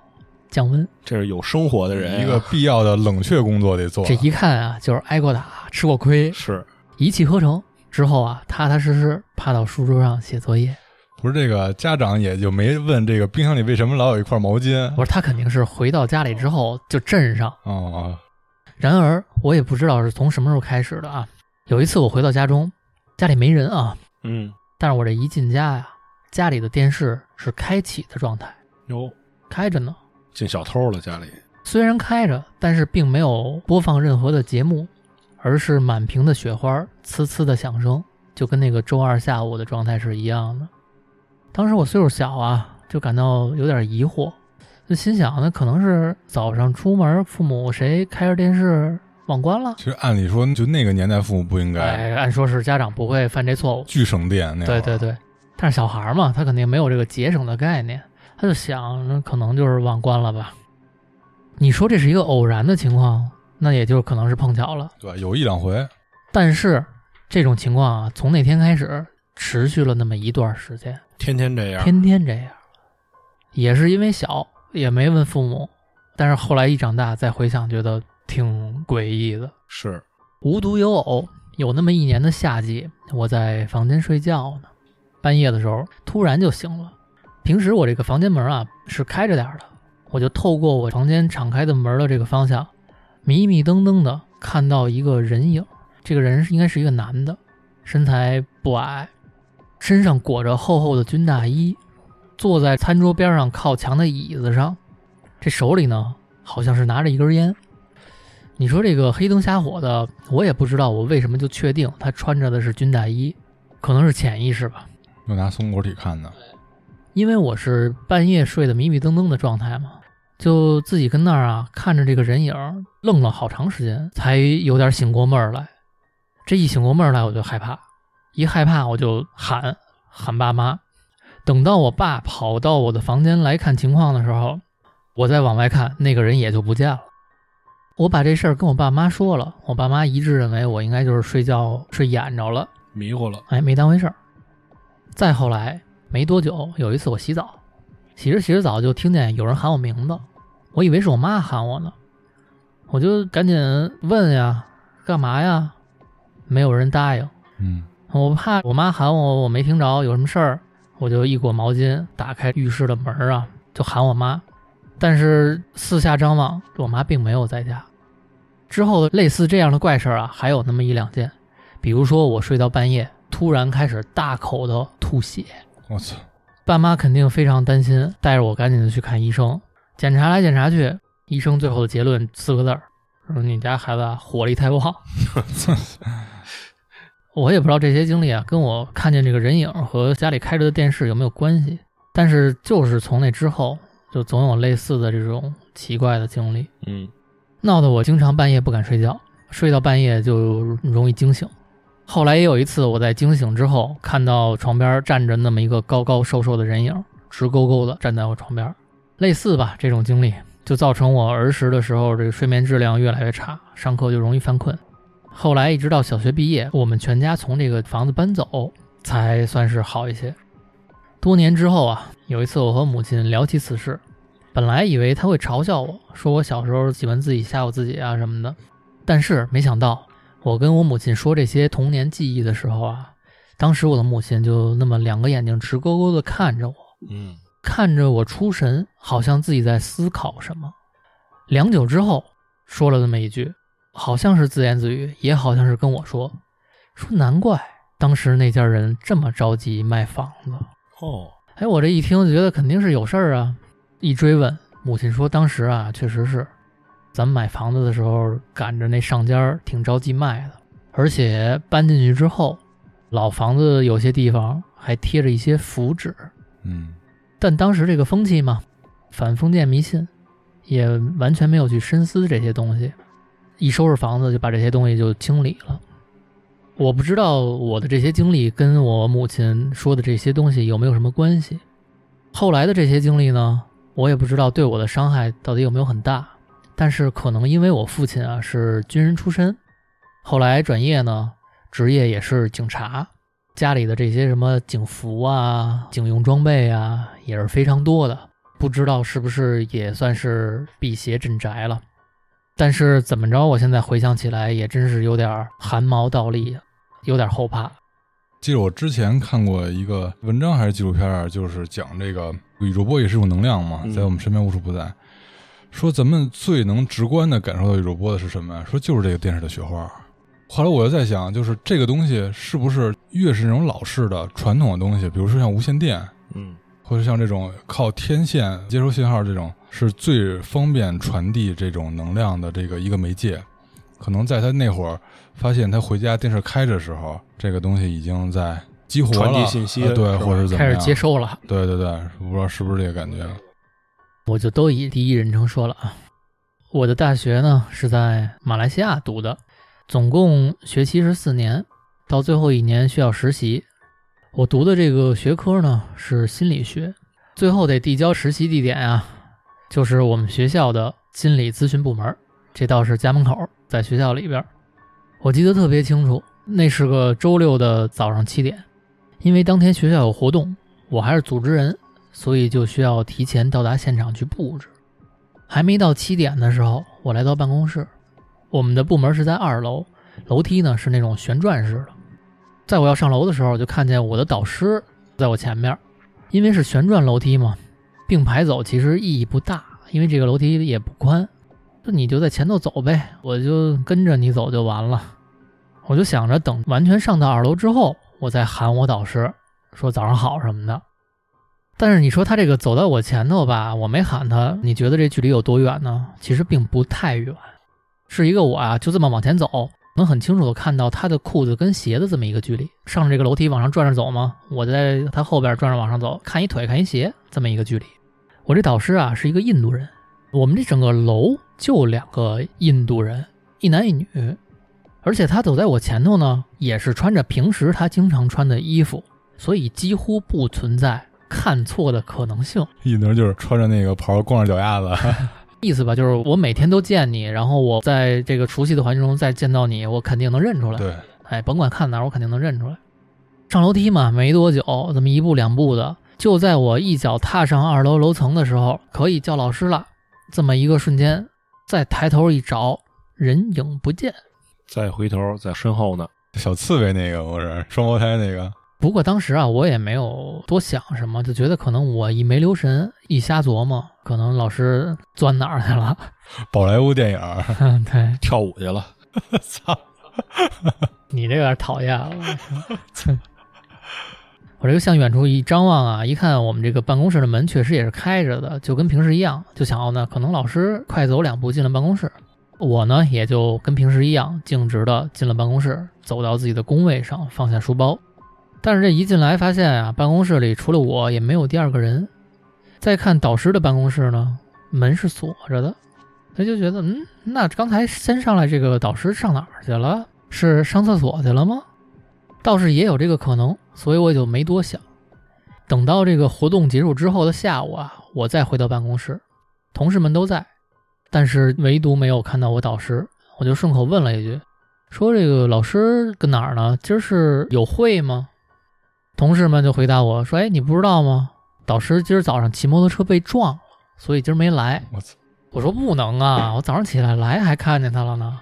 降温。这是有生活的人啊、一个必要的冷却工作得做哎这。一看啊，就是挨过打，吃过亏，是一气呵成。之后啊，踏踏实实趴到书桌上写作业。不是这个家长也就没问这个冰箱里为什么老有一块毛巾我说他肯定是回到家里之后就镇上。哦，然而，我也不知道是从什么时候开始的啊。有一次我回到家中，家里没人啊，嗯，但是我这一进家呀，家里的电视是开启的状态，哟，开着呢。进小偷了家里，虽然开着，但是并没有播放任何的节目，而是满屏的雪花呲呲的响声，就跟那个周二下午的状态是一样的。当时我岁数小啊，就感到有点疑惑，就心想那可能是早上出门，父母谁开着电视忘关了。其实按理说就那个年代父母不应该哎，按说是家长不会犯这错误，巨省电那会对儿对对。但是小孩儿嘛，他肯定没有这个节省的概念，他就想，那可能就是忘关了吧。你说这是一个偶然的情况，那也就可能是碰巧了。对吧，有一两回但是这种情况啊，从那天开始持续了那么一段时间，天天这样，天天这样。也是因为小，也没问父母，但是后来一长大再回想，觉得挺诡异的。是无独有偶，有那么一年的夏季，我在房间睡觉呢，半夜的时候突然就醒了。平时我这个房间门啊是开着点儿的，我就透过我房间敞开的门的这个方向，迷迷瞪瞪的看到一个人影。这个人是应该是一个男的，身材不矮，身上裹着厚厚的军大衣，坐在餐桌边上靠墙的椅子上，这手里呢好像是拿着一根烟。你说这个黑灯瞎火的，我也不知道我为什么就确定他穿着的是军大衣，可能是潜意识吧，又拿松果体看的，因为我是半夜睡得迷迷瞪瞪的状态嘛，就自己跟那儿啊看着这个人影儿，愣了好长时间，才有点醒过闷儿来。这一醒过闷儿来，我就害怕，一害怕我就喊喊爸妈。等到我爸跑到我的房间来看情况的时候，我再往外看，那个人也就不见了。我把这事儿跟我爸妈说了，我爸妈一致认为我应该就是睡觉睡眼着了，迷糊了，哎，没当回事儿。再后来没多久，有一次我洗澡，洗着洗着澡就听见有人喊我名字，我以为是我妈喊我呢，我就赶紧问呀，干嘛呀？没有人答应。嗯，我怕我妈喊我，我没听着有什么事儿，我就一裹毛巾打开浴室的门儿啊，就喊我妈。但是四下张望，我妈并没有在家。之后类似这样的怪事儿啊，还有那么一两件，比如说我睡到半夜，突然开始大口的吐血，我操， 爸妈肯定非常担心，带着我赶紧的去看医生。检查来检查去，医生最后的结论四个字儿：说你家孩子啊火力太旺。我也不知道这些经历啊，跟我看见这个人影和家里开着的电视有没有关系，但是就是从那之后，就总有类似的这种奇怪的经历，嗯，闹得我经常半夜不敢睡觉，睡到半夜就容易惊醒。后来也有一次，我在惊醒之后，看到床边站着那么一个高高瘦瘦的人影，直勾勾的站在我床边。类似吧，这种经历就造成我儿时的时候这个睡眠质量越来越差，上课就容易犯困。后来一直到小学毕业，我们全家从这个房子搬走，才算是好一些。多年之后啊，有一次我和母亲聊起此事，本来以为她会嘲笑我，说我小时候喜欢自己吓唬自己啊什么的，但是没想到我跟我母亲说这些童年记忆的时候啊，当时我的母亲就那么两个眼睛直勾勾地看着我，嗯，看着我出神，好像自己在思考什么。良久之后，说了这么一句，好像是自言自语，也好像是跟我说：“说难怪当时那家人这么着急卖房子。哦，”哎，我这一听就觉得肯定是有事儿啊。一追问，母亲说：“当时啊，确实是，咱们买房子的时候赶着那上家儿挺着急卖的，而且搬进去之后，老房子有些地方还贴着一些符纸。”嗯，但当时这个风气嘛，反封建迷信，也完全没有去深思这些东西。一收拾房子就把这些东西就清理了。我不知道我的这些经历跟我母亲说的这些东西有没有什么关系。后来的这些经历呢，我也不知道对我的伤害到底有没有很大。但是可能因为我父亲啊是军人出身，后来转业呢，职业也是警察，家里的这些什么警服啊、警用装备啊也是非常多的。不知道是不是也算是辟邪镇宅了。但是怎么着，我现在回想起来也真是有点儿汗毛倒立，有点后怕。记得我之前看过一个文章还是纪录片儿，就是讲这个宇宙波也是一种能量嘛，嗯在我们身边无处不在。说咱们最能直观的感受到宇宙波的是什么呀？说就是这个电视的雪花。后来我又在想，就是这个东西是不是越是那种老式的传统的东西，比如说像无线电，嗯，或者像这种靠天线接收信号这种，是最方便传递这种能量的这个一个媒介。可能在他那会儿发现他回家电视开着的时候，这个东西已经在激活了传递信息呃对，是吧或者是怎么开样始接收了，对对对，不知道是不是这个感觉？我就都以第一人称说了啊。我的大学呢是在马来西亚读的，总共学期是四年，到最后一年需要实习。我读的这个学科呢是心理学，最后得递交实习地点啊，就是我们学校的心理咨询部门儿，这倒是家门口，在学校里边儿。我记得特别清楚，那是个周六的早上七点，因为当天学校有活动，我还是组织人，所以就需要提前到达现场去布置。还没到七点的时候，我来到办公室，我们的部门是在二楼，楼梯呢是那种旋转式的。在我要上楼的时候，就看见我的导师在我前面，因为是旋转楼梯嘛，并排走其实意义不大，因为这个楼梯也不宽，就你就在前头走呗，我就跟着你走就完了。我就想着等完全上到二楼之后，我再喊我导师说早上好什么的。但是你说他这个走到我前头吧，我没喊他，你觉得这距离有多远呢？其实并不太远，是一个我啊就这么往前走，能很清楚的看到他的裤子跟鞋的这么一个距离。上这个楼梯往上转着走吗？我在他后边转着往上走，看一腿看一鞋这么一个距离。我这导师啊是一个印度人，我们这整个楼就两个印度人，一男一女，而且他走在我前头呢，也是穿着平时他经常穿的衣服，所以几乎不存在看错的可能性。一能就是穿着那个袍，光着脚丫子，意思吧，就是我每天都见你，然后我在这个熟悉的环境中再见到你，我肯定能认出来。对，哎，甭管看哪儿，我肯定能认出来。上楼梯嘛，没多久，这么一步两步的，就在我一脚踏上二楼楼层的时候，可以叫老师了。这么一个瞬间，再抬头一找，人影不见。再回头在身后呢， 小刺猬那个，不是双胞胎那个，不过当时啊，我也没有多想什么，就觉得可能我一没留神，一瞎琢磨，可能老师钻哪儿去了。 宝莱坞电影 儿，对跳舞去了。操，你这有点讨厌了。 我这个向远处一张望啊，一看我们这个办公室的门确实也是开着的，就跟平时一样，就想哦，那可能老师快走两步进了办公室。我呢也就跟平时一样，径直的进了办公室，走到自己的工位上，放下书包。但是这一进来发现啊，办公室里除了我也没有第二个人。再看导师的办公室呢，门是锁着的，他就觉得嗯，那刚才先上来这个导师上哪儿去了？是上厕所去了吗？倒是也有这个可能，所以我也就没多想。等到这个活动结束之后的下午啊，我再回到办公室，同事们都在，但是唯独没有看到我导师，我就顺口问了一句，说这个老师跟哪儿呢？今儿是有会吗？同事们就回答我说：“哎，你不知道吗？导师今儿早上骑摩托车被撞了，所以今儿没来。”我操，我说不能啊，我早上起来来还看见他了呢。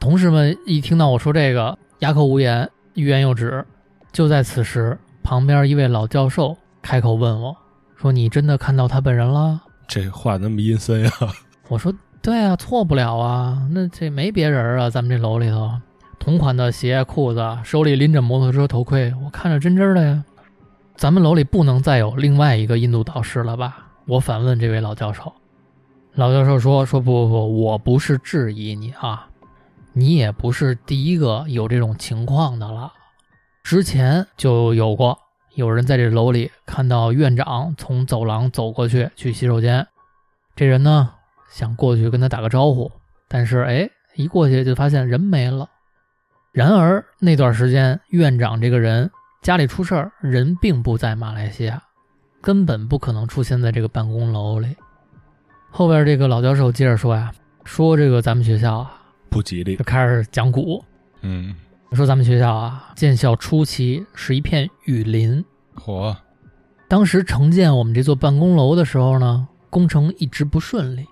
同事们一听到我说这个，哑口无言，欲言又止。就在此时，旁边一位老教授开口问我说：“你真的看到他本人了这话那么阴森呀、？” 我说：“对啊，错不了啊，那这没别人啊，咱们这楼里头，同款的鞋、裤子，手里拎着摩托车头盔，我看着真真的呀。咱们楼里不能再有另外一个印度导师了吧？”我反问这位老教授。老教授说：“说不不不，我不是质疑你啊，你也不是第一个有这种情况的了，之前就有过有人在这楼里看到院长从走廊走过去去洗手间，这人呢想过去跟他打个招呼，但是哎，一过去就发现人没了。然而那段时间，院长这个人家里出事儿，人并不在马来西亚，根本不可能出现在这个办公楼里。后边这个老教授接着说呀，说这个咱们学校啊，不吉利就。开始讲古，嗯，说咱们学校啊，建校初期是一片雨林。火，当时承建我们这座办公楼的时候呢，工程一直不顺利，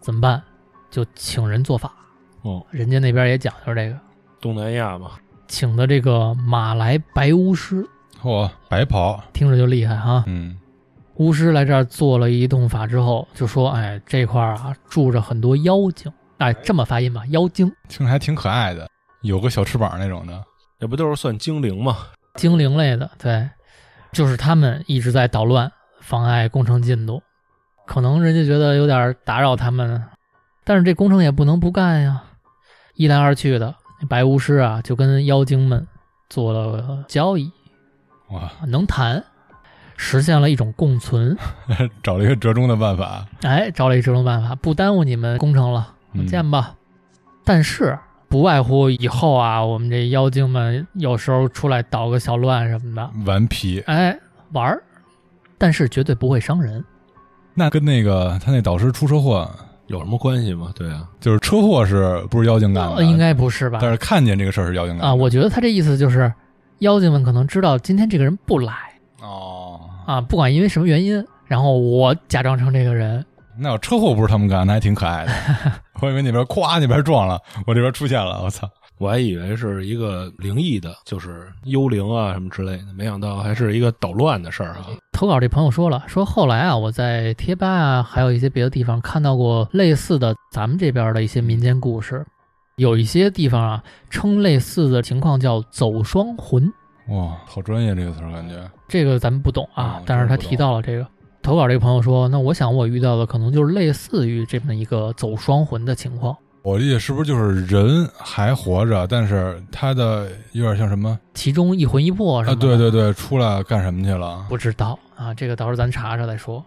怎么办？就请人做法。哦，人家那边也讲究这个，东南亚嘛，请的这个马来白巫师，火，白袍，听着就厉害哈、嗯，巫师来这儿做了一栋法之后，就说：“哎，这块儿啊住着很多妖精。”哎，这么发音吧，妖精、听着还挺可爱的，有个小翅膀那种的，这不都是算精灵嘛？精灵类的，对，就是他们一直在捣乱，妨碍工程进度。可能人家觉得有点打扰他们，但是这工程也不能不干呀。一来二去的，白巫师啊就跟妖精们做了交易，哇，能谈，实现了一种共存。 找了一个折中的办法，哎，找了一折中办法，不耽误你们工程了，嗯见吧。但是不外乎以后啊，我们这妖精们有时候出来捣个小乱什么的，顽皮。哎，玩儿，但是绝对不会伤人。那跟那个他那导师出车祸，有什么关系吗？对啊，就是车祸是不是妖精干的？呃应，该不是吧？但是看见这个事儿是妖精干的啊，我觉得他这意思就是，妖精们可能知道今天这个人不来哦，啊，不管因为什么原因，然后我假装成这个人，那有车祸不是他们干的，那还挺可爱的。我以为那边咵那边撞了，我这边出现了，我操！我还以为是一个灵异的，就是幽灵啊什么之类的，没想到还是一个捣乱的事儿啊。投稿这朋友说了，说后来啊，我在贴吧啊，还有一些别的地方看到过类似的咱们这边的一些民间故事，有一些地方啊称类似的情况叫走双魂，哇，好专业这个词儿，感觉这个咱们不懂啊，嗯但是他这个不懂提到了这个。投稿这个朋友说，那我想我遇到的可能就是类似于这么一个走双魂的情况，我理解是不是就是人还活着，但是他的有点像什么其中一魂一魄是啊？吗？对对对，出来干什么去 了？不知道啊，这个到时候咱查查再说。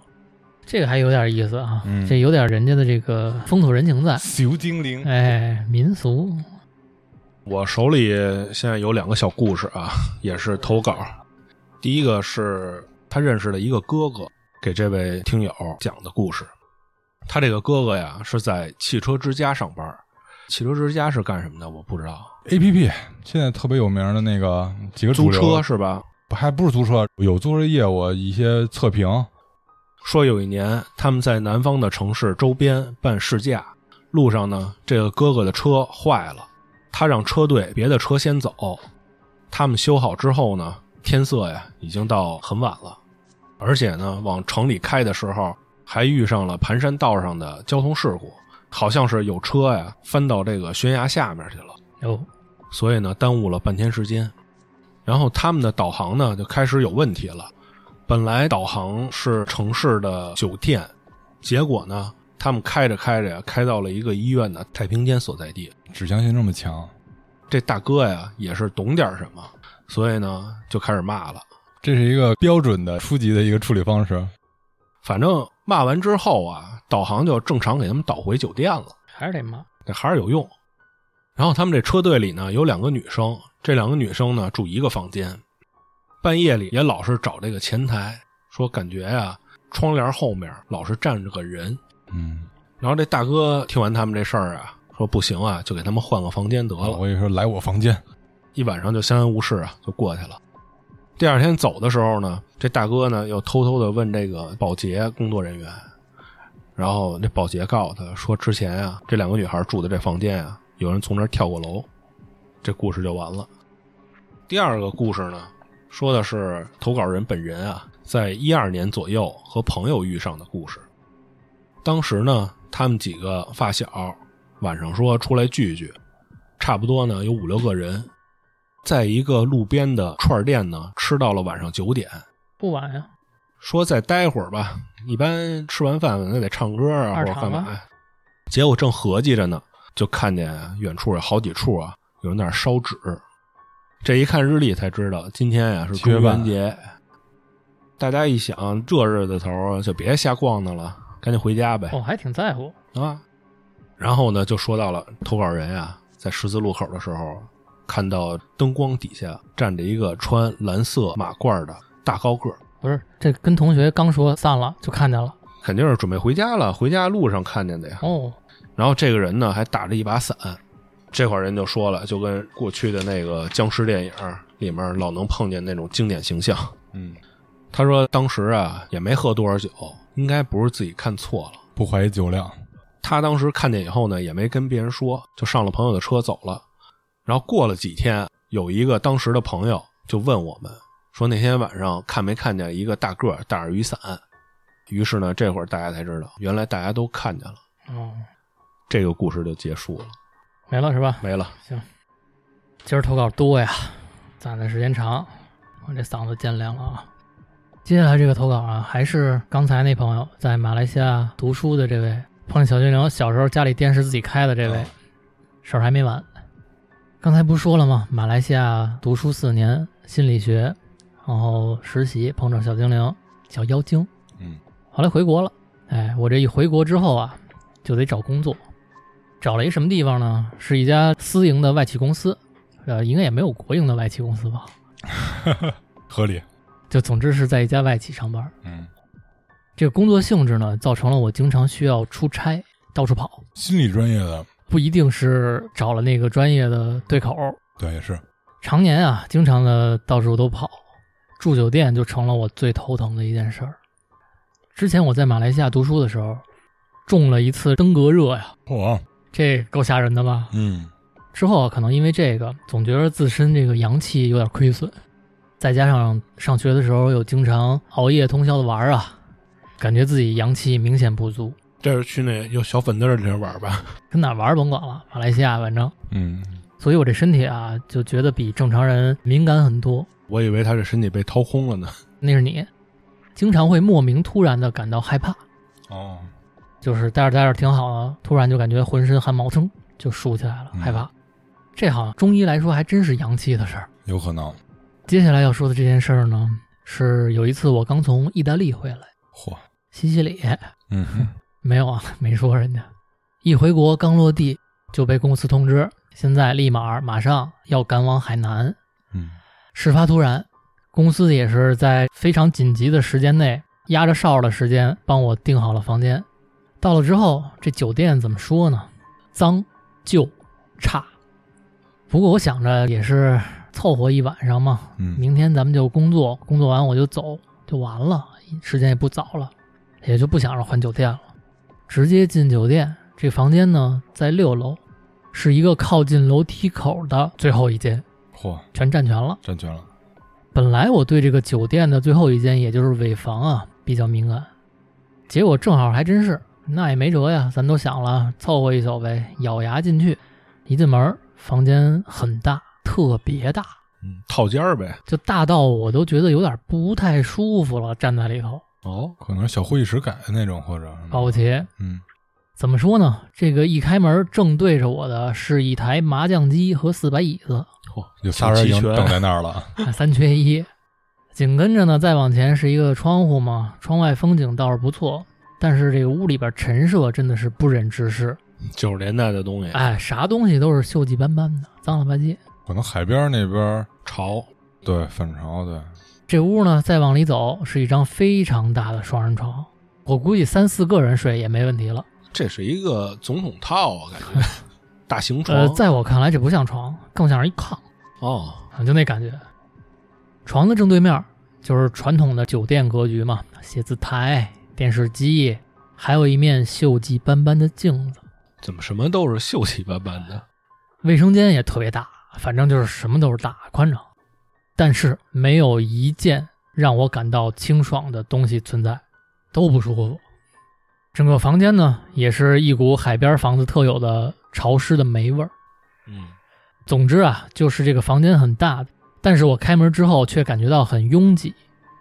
这个还有点意思啊，嗯这有点人家的这个风土人情在，小精灵哎，民俗我手里现在有两个小故事啊， 也是投稿。第一个是他认识的一个哥哥给这位听友讲的故事。他这个哥哥呀是在汽车之家上班，汽车之家是干什么的我不知道， A P P 现在特别有名的那个几个租主流车是吧？还不是租车，有租车业务一些测评，说有一年他们在南方的城市周边办试驾，路上呢，这个哥哥的车坏了，他让车队别的车先走，他们修好之后呢，天色呀已经到很晚了，而且呢，往城里开的时候还遇上了盘山道上的交通事故，好像是有车呀翻到这个悬崖下面去了。有所以呢耽误了半天时间。然后他们的导航呢就开始有问题了，本来导航是城市的酒店，结果呢他们开着开着呀，开到了一个医院的太平间所在地。指向性这么强，这大哥呀也是懂点什么，所以呢就开始骂了。这是一个标准的初级的一个处理方式。反正骂完之后啊，导航就正常给他们导回酒店了。还是得骂，这还是有用。然后他们这车队里呢有两个女生，这两个女生呢住一个房间，半夜里也老是找这个前台，说感觉呀、窗帘后面老是站着个人。嗯，然后这大哥听完他们这事儿啊，说不行啊，就给他们换个房间得了。我跟你说，来我房间，一晚上就相安无事啊，就过去了。第二天走的时候呢，这大哥呢又偷偷的问这个保洁工作人员，然后那保洁告诉他说，之前啊这两个女孩住的这房间啊，有人从那儿跳过楼，这故事就完了。第二个故事呢，说的是投稿人本人啊，在一二年左右和朋友遇上的故事。当时呢，他们几个发小晚上说出来聚聚，差不多呢有五六个人，在一个路边的串儿店呢吃到了晚上九点，不晚呀、说再待会儿吧，一般吃完饭那得唱歌啊或二者厂干嘛吗呀。结果正合计着呢，就看见远处有好几处啊有人在那儿烧纸。这一看日历才知道，今天呀、是七月中半元节，大家一想，这日子头儿就别瞎逛荡了，赶紧回家呗、我哦还挺在乎。啊。然后呢，就说到了投稿人啊，在十字路口的时候，看到灯光底下站着一个穿蓝色马褂的大高个儿，不是，这跟同学刚说散了就看见了。肯定是准备回家了，回家路上看见的呀。哦，然后这个人呢还打着一把伞，这会儿人就说了，就跟过去的那个僵尸电影里面老能碰见那种经典形象。嗯，他说当时啊也没喝多少酒，应该不是自己看错了。不怀疑酒量，他当时看见以后呢，也没跟别人说，就上了朋友的车走了。然后过了几天，有一个当时的朋友就问我们说，那天晚上看没看见一个大个儿打着雨伞？于是呢，这会儿大家才知道，原来大家都看见了。哦，这个故事就结束了，没了是吧？没了。今儿投稿多呀，攒的时间长，我这嗓子见凉了啊。接下来这个投稿啊，还是刚才那朋友在马来西亚读书的这位，碰见小精灵小时候家里电视自己开的这位，事儿还没完。刚才不是说了吗？马来西亚读书四年，心理学，然后实习碰着小精灵、小妖精，嗯，后来回国了。哎，我这一回国之后啊，就得找工作，找了一什么地方呢？是一家私营的外企公司，呃，应该也没有国营的外企公司吧？合理。就总之是在一家外企上班。嗯，这个工作性质呢，造成了我经常需要出差，到处跑，心理专业的，不一定是找了那个专业的对口，对，也是，常年啊，经常的到处都跑，住酒店就成了我最头疼的一件事儿。之前我在马来西亚读书的时候，中了一次登革热呀，我，这够吓人的吧？嗯，之后啊可能因为这个，总觉得自身这个阳气有点亏损，再加上上学的时候又经常熬夜通宵的玩儿啊，感觉自己阳气明显不足。这是去那有小粉灯儿地方玩吧？跟哪儿玩儿甭管了，马来西亚反正，嗯，所以我这身体啊就觉得比正常人敏感很多。我以为他这身体被掏空了呢。那是你，经常会莫名突然的感到害怕，哦，就是待着待着挺好的，突然就感觉浑身汗毛腾就竖起来了，嗯害怕。这好像中医来说还真是阳气的事儿。有可能，接下来要说的这件事儿呢，是有一次我刚从意大利回来，嚯，西西里 嗯哼，没有啊， 没说人家。一回国刚落地就被公司通知，现在立马马上要赶往海南。嗯，事发突然，公司也是在非常紧急的时间内，压着哨的时间帮我订好了房间。到了之后，这酒店怎么说呢？脏、旧、差。不过我想着也是凑合一晚上嘛，嗯，明天咱们就工作，工作完我就走，就完了，时间也不早了，也就不想着换酒店了，直接进酒店。这房间呢在六楼，是一个靠近楼梯口的最后一间，嚯，全占全了。占全了，本来我对这个酒店的最后一间，也就是尾房啊比较敏感，结果正好还真是，那也没辙呀，咱都想了，凑合一宿呗，咬牙进去。一进门儿，房间很大，特别大，嗯，套间儿呗。就大到我都觉得有点不太舒服了，站在里头。哦，可能是小会议室改的那种，或者，保不齐嗯，怎么说呢？这个一开门，正对着我的是一台麻将机和四把椅子， 嚯，有仨人已经挺齐等全在那儿了， 三缺一。紧跟着呢，再往前是一个窗户嘛，窗外风景倒是不错，但是这个屋里边陈设真的是不忍直视，九十年代的东西，哎，啥东西都是锈迹斑斑的，脏了吧唧。可能海边那边，潮对，反潮，对，这屋呢，再往里走是一张非常大的双人床，我估计三四个人睡也没问题了。这是一个总统套啊，感 觉大型床、呃，在我看来，这不像床，更像是一炕。哦，啊，就那感觉。床的正对面就是传统的酒店格局嘛，写字台、电视机，还有一面锈迹斑斑的镜子。怎么什么都是锈迹斑斑的？卫生间也特别大，反正就是什么都是大宽敞，但是没有一件让我感到清爽的东西存在，都不舒服。整个房间呢，也是一股海边房子特有的潮湿的霉味儿。嗯，总之啊，就是这个房间很大，但是我开门之后却感觉到很拥挤，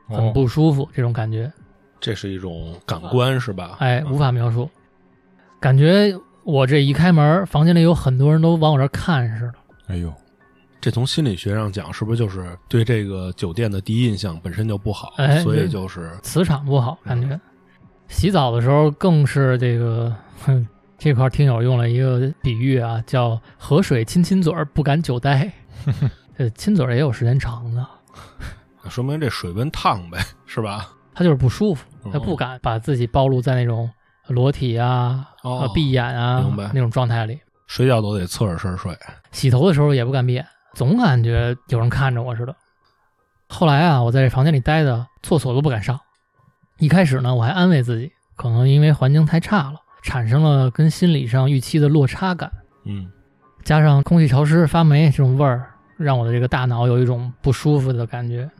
很哦，不舒服这种感觉，这是一种感官是吧？哎，嗯无法描述。感觉我这一开门，房间里有很多人都往我这儿看似的，哎呦，这从心理学上讲，是不是就是对这个酒店的第一印象本身就不好，哎所以嗯就是磁场不好，感觉。洗澡的时候更是这个， 哼，这块儿听友用了一个比喻啊，叫“河水亲亲嘴儿，不敢久待” 。这亲嘴儿也有时间长的，说明这水温烫呗，是吧？他就是不舒服，他嗯不敢把自己暴露在那种裸体啊、哦呃，闭眼啊明白那种状态里。睡觉都得侧着身睡。洗头的时候也不敢闭眼，总感觉有人看着我似的。后来啊，我在这房间里待着，厕所都不敢上。一开始呢，我还安慰自己，可能因为环境太差了，产生了跟心理上预期的落差感，嗯，加上空气潮湿、发霉这种味儿，让我的这个大脑有一种不舒服的感觉。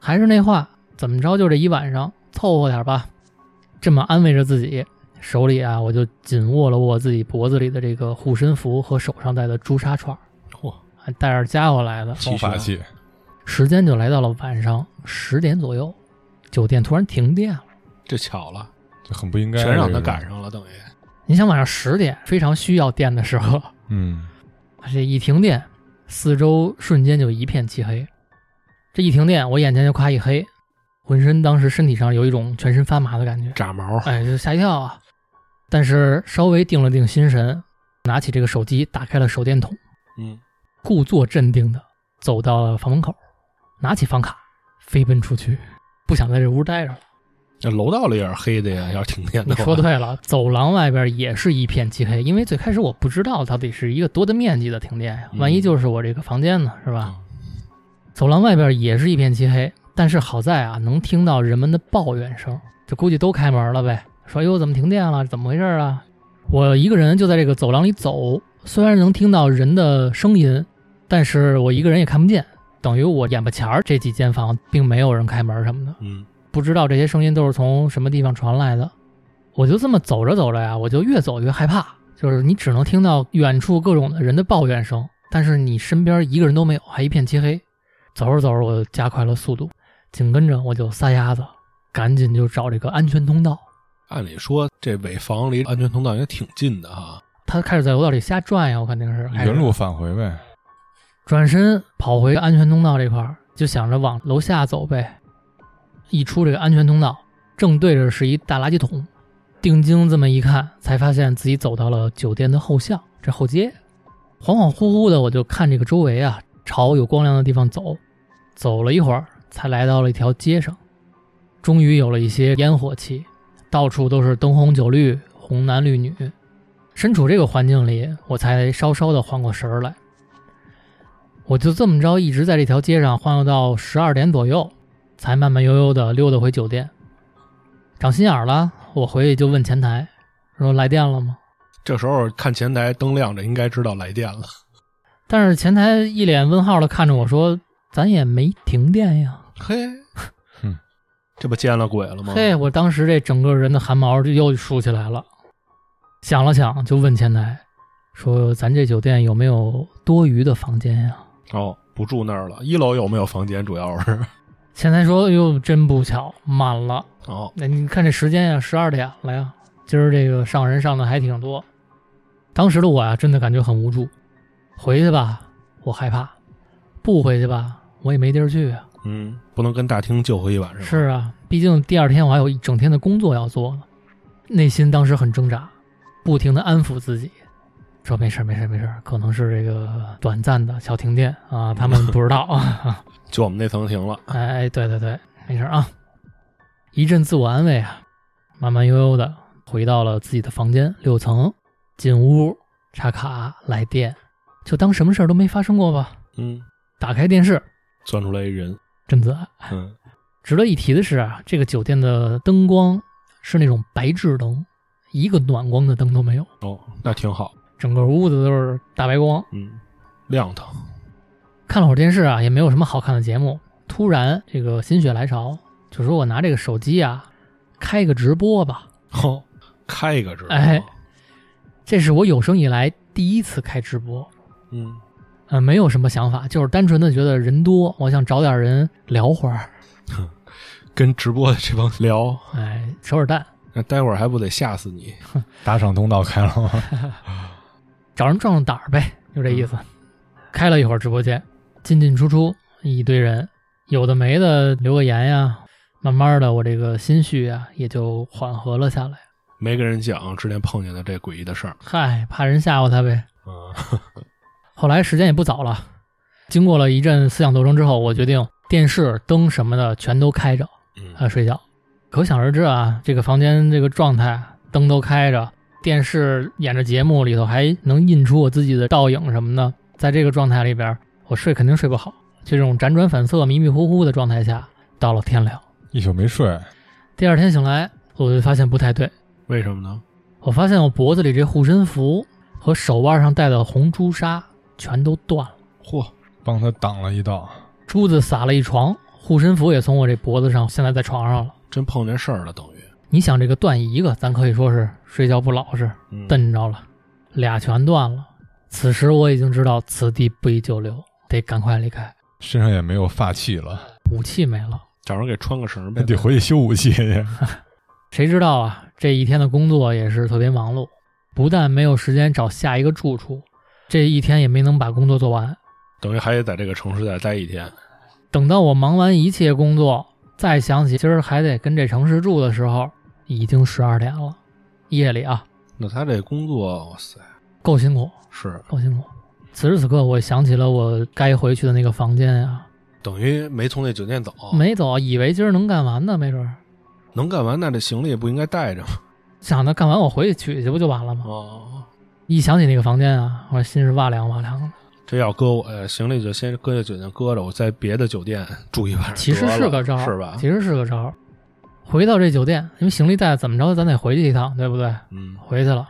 还是那话，怎么着就这一晚上，凑合点儿吧。这么安慰着自己，手里啊，我就紧握了握自己脖子里的这个护身符和手上戴的朱砂串儿。嚯，还带着家伙来的。气血双法器，时间就来到了晚上十点左右，酒店突然停电了。这巧了，就很不应该。全让他这个赶。上了，等于你想晚上十点非常需要电的时候，嗯，这一停电，四周瞬间就一片漆黑。这一停电，我眼前就夸一黑，浑身当时身体上有一种全身发麻的感觉，炸毛。哎，就吓一跳啊！但是稍微定了定心神，拿起这个手机，打开了手电筒。嗯，故作镇定的走到了房门口，拿起房卡，飞奔出去，不想在这屋待着了。这楼道里也是黑的呀，要是停电你的话。说对了，走廊外边也是一片漆黑，因为最开始我不知道到底是一个多大面积的停电呀，嗯万一就是我这个房间呢，是吧？走廊外边也是一片漆黑，但是好在啊，能听到人们的抱怨声，这估计都开门了呗，说哎呦怎么停电了，怎么回事啊？我一个人就在这个走廊里走，虽然能听到人的声音，但是我一个人也看不见，等于我眼巴前儿这几间房并没有人开门什么的。嗯，不知道这些声音都是从什么地方传来的。我就这么走着走着呀，我就越走越害怕，就是你只能听到远处各种的人的抱怨声，但是你身边一个人都没有，还一片漆黑。走着走着，我就加快了速度，紧跟着我就撒丫子，赶紧就找这个安全通道。按理说这尾房离安全通道也挺近的哈。他开始在楼道里瞎转呀，我肯定是哎开始原路返回呗。转身跑回安全通道这块儿，就想着往楼下走呗。一出这个安全通道，正对着是一大垃圾桶。定睛这么一看，才发现自己走到了酒店的后巷，这后街。恍恍惚惚的，我就看这个周围啊，朝有光亮的地方走。走了一会儿，才来到了一条街上，终于有了一些烟火气，到处都是灯红酒绿、红男绿女。身处这个环境里，我才稍稍的缓过神儿来。我就这么着一直在这条街上晃悠到十二点左右，才慢慢悠悠的溜达回酒店。长心眼儿了，我回去就问前台，说来电了吗？这时候看前台灯亮着，应该知道来电了。但是前台一脸问号的看着我说：“咱也没停电呀。嘿，嗯这不见了鬼了”吗？嘿，我当时这整个人的汗毛就又竖起来了。想了想，就问前台说：“咱这酒店有没有多余的房间呀哦，不住那儿了。一楼有没有房间？主要是？”前台说：“哟，真不巧，满了。” 哦，那你看这时间呀、1十二点了呀，今儿这个上人上的还挺多。当时的我呀、啊真的感觉很无助。回去吧，我害怕；不回去吧，我也没地儿去啊。嗯，不能跟大厅就回一晚上。是啊，毕竟第二天我还有一整天的工作要做呢。内心当时很挣扎，不停的安抚自己，说没事儿没事儿没事儿，可能是这个短暂的小停电啊，他们不知道啊。就我们那层停了。哎，对对对，没事儿啊。一阵自我安慰啊，慢慢悠悠的回到了自己的房间，六层，进屋插卡来电，就当什么事儿都没发生过吧。嗯，打开电视，钻出来一人。贞子爱。嗯，值得一提的是啊，这个酒店的灯光是那种白炽灯，一个暖光的灯都没有，哦，那挺好。整个屋子都是大白光。嗯，亮堂。看了会儿电视啊，也没有什么好看的节目。突然这个心血来潮，就说我拿这个手机啊，开个直播吧。哦，开一个直播。哎这是我有生以来第一次开直播，嗯，呃，没有什么想法，就是单纯的觉得人多，我想找点人聊会儿，跟直播的这帮聊，哎，扯扯淡，那待会儿还不得吓死你？打赏通道开了吗？找人壮壮胆儿呗，就这意思。开了一会儿直播间，进进出出一堆人，有的没的留个言呀，慢慢的我这个心绪啊也就缓和了下来。没跟人讲之前碰见的这诡异的事儿。嗨，怕人吓唬他呗。嗯，后来时间也不早了，经过了一阵思想斗争之后，我决定电视、灯什么的全都开着，啊，嗯睡觉。可想而知啊，这个房间这个状态，灯都开着，电视演着节目，里头还能印出我自己的倒影什么的，在这个状态里边，我睡肯定睡不好。这种辗转反侧、迷迷糊糊的状态下，到了天亮，一宿没睡，第二天醒来，我就发现不太对，为什么呢？我发现我脖子里这护身符和手腕上戴的红朱砂全都断了。 嚯，帮他挡了一道。珠子撒了一床，护身符也从我这脖子上，现在在床上了。真碰见事儿了，等于。你想这个断一个，咱可以说是睡觉不老实，嗯，蹬着了，俩全断了。此时我已经知道此地不宜久留，得赶快离开，身上也没有发气了，武器没了。找人给穿个绳儿那呗。得回去修武器去。 谁知道啊，这一天的工作也是特别忙碌，不但没有时间找下一个住处，这一天也没能把工作做完。等于还得在这个城市再待一天。等到我忙完一切工作，再想起今儿还得跟这城市住的时候，已经十二点了。夜里啊，那他这工作，哇塞，够辛苦，是够辛苦。此时此刻，我想起了我该回去的那个房间呀、等于没从那酒店走，没走，以为今儿能干完呢，没准儿能干完，那这行李也不应该带着吗？想着干完我回去取去不就完了吗？哦，一想起那个房间啊，我心是哇凉哇凉的。这要搁我，呃行李就先搁在酒店搁着，我在别的酒店住一晚上。 其实得是了个招儿，是吧？其实是个招儿。回到这酒店，因为行李带怎么着，咱得回去一趟，对不对？嗯回去了，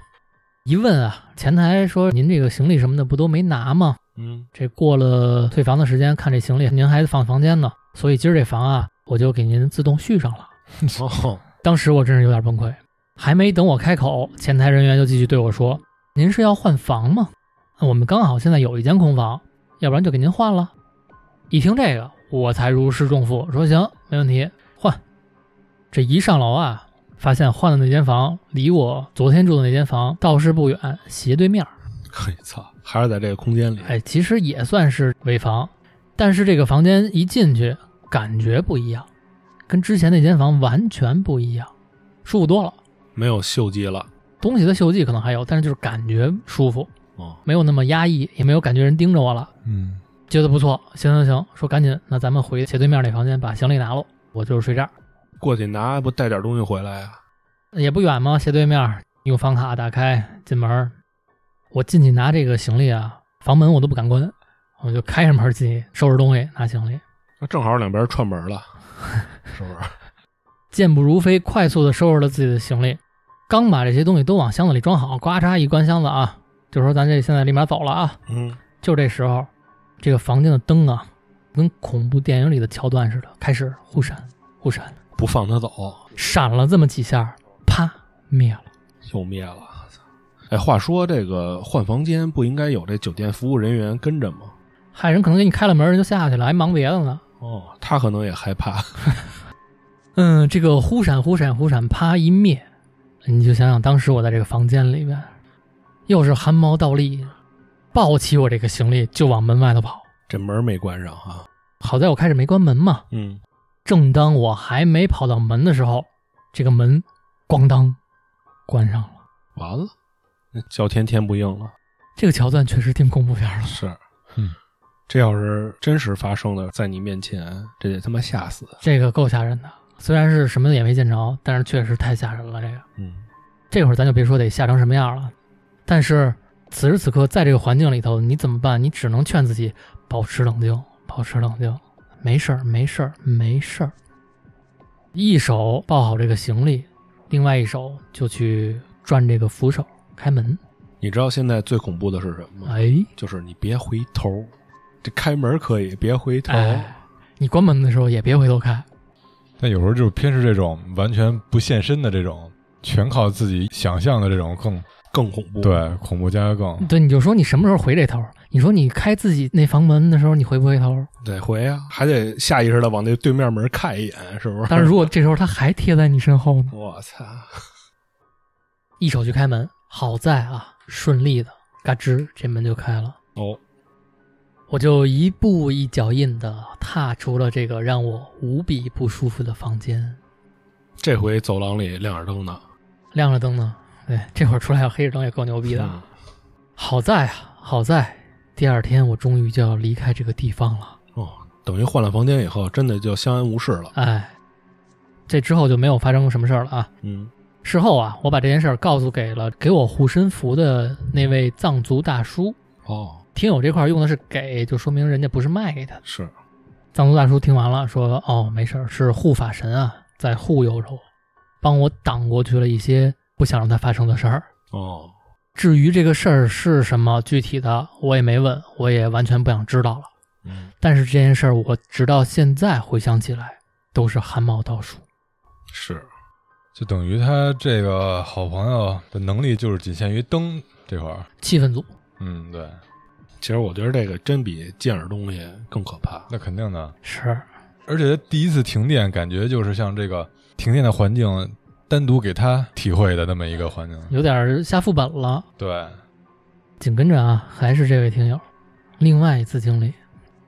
一问啊，前台说您这个行李什么的不都没拿吗？嗯，这过了退房的时间，看这行李您还放房间呢，所以今儿这房啊，我就给您自动续上了。 哦，当时我真是有点崩溃，还没等我开口，前台人员就继续对我说：“您是要换房吗？呃我们刚好现在有一间空房，要不然就给您换了。”一听这个，我才如释重负，说：“行，没问题，换。”这一上楼啊，发现换的那间房离我昨天住的那间房倒是不远，斜对面儿。可以操，还是在这个空间里。哎，其实也算是尾房，但是这个房间一进去，感觉不一样，跟之前那间房完全不一样，舒服多了。没有锈迹了。东西的锈迹可能还有，但是就是感觉舒服，哦，没有那么压抑，也没有感觉人盯着我了，嗯，觉得不错。行行行，说赶紧，那咱们回斜对面那房间把行李拿喽，我就是睡这儿，过去拿不带点东西回来啊呀、也不远嘛，斜对面用房卡打开进门，我进去拿这个行李啊，房门我都不敢关，我就开着门进去收拾东西拿行李，那啊正好两边串 门了，是不是？健步如飞，快速的收拾了自己的行李，刚把这些东西都往箱子里装好，呱嚓一关箱子啊，就说咱这现在立马走了啊。嗯，就这时候，这个房间的灯啊，跟恐怖电影里的桥段似的，开始忽闪忽闪，不放他走，闪了这么几下，啪灭了。又灭了。哎，话说这个换房间不应该有这酒店服务人员跟着吗？害人可能给你开了门，人就下去了，还忙别的呢。哦，他可能也害怕。嗯，这个忽闪忽闪忽闪，啪一灭，你就想想当时我在这个房间里边，又是汗毛倒立，抱起我这个行李就往门外头跑。这门没关上啊。好在我开始没关门嘛，嗯，正当我还没跑到门的时候，这个门咣当关上了。完了，那叫天天不应了。这个桥段确实挺恐怖片儿的。是，嗯，这要是真实发生了在你面前，这得他妈吓死。这个够吓人的。虽然是什么也没见着，但是确实太吓人了。这个嗯，这会儿咱就别说得吓成什么样了，但是此时此刻在这个环境里头，你怎么办？你只能劝自己保持冷静，保持冷静，没事儿，没事儿，没事儿。一手抱好这个行李，另外一手就去转这个扶手开门。你知道现在最恐怖的是什么吗？哎，就是你别回头。这开门可以，别回头。哎你关门的时候也别回头看。但有时候就偏是这种完全不现身的这种，全靠自己想象的这种更更恐怖。，对恐怖加更。对，你就说你什么时候回这头？你说你开自己那房门的时候，你回不回头？得回啊，还得下意识的往那对面门看一眼，是不是？但是如果这时候他还贴在你身后呢？我操，一手去开门，好在啊，顺利的，嘎吱，这门就开了。哦，我就一步一脚印的踏出了这个让我无比不舒服的房间。这回走廊里亮着灯呢，亮着灯呢，对，这会儿出来要黑着灯也够牛逼的。嗯好在啊，好在第二天我终于就要离开这个地方了。哦，等于换了房间以后，真的就相安无事了。哎，这之后就没有发生过什么事儿了啊。嗯，事后啊，我把这件事儿告诉给了给我护身符的那位藏族大叔。哦，听友这块儿用的是给，就说明人家不是卖给他的。是，藏族大叔听完了说：“哦，没事儿，是护法神啊，在护佑着我，帮我挡过去了一些不想让它发生的事儿。哦，至于这个事儿是什么具体的，我也没问，我也完全不想知道了。嗯，但是这件事儿，我直到现在回想起来，都是汗毛倒竖。是，就等于他这个好朋友的能力就是仅限于灯这块儿。气氛组，嗯，对，其实我觉得这个真比见着东西更可怕。那肯定的。是而且第一次停电，感觉就是像这个停电的环境单独给他体会的那么一个环境。有点儿下副本了。对，紧跟着啊，还是这位听友，另外一次经历，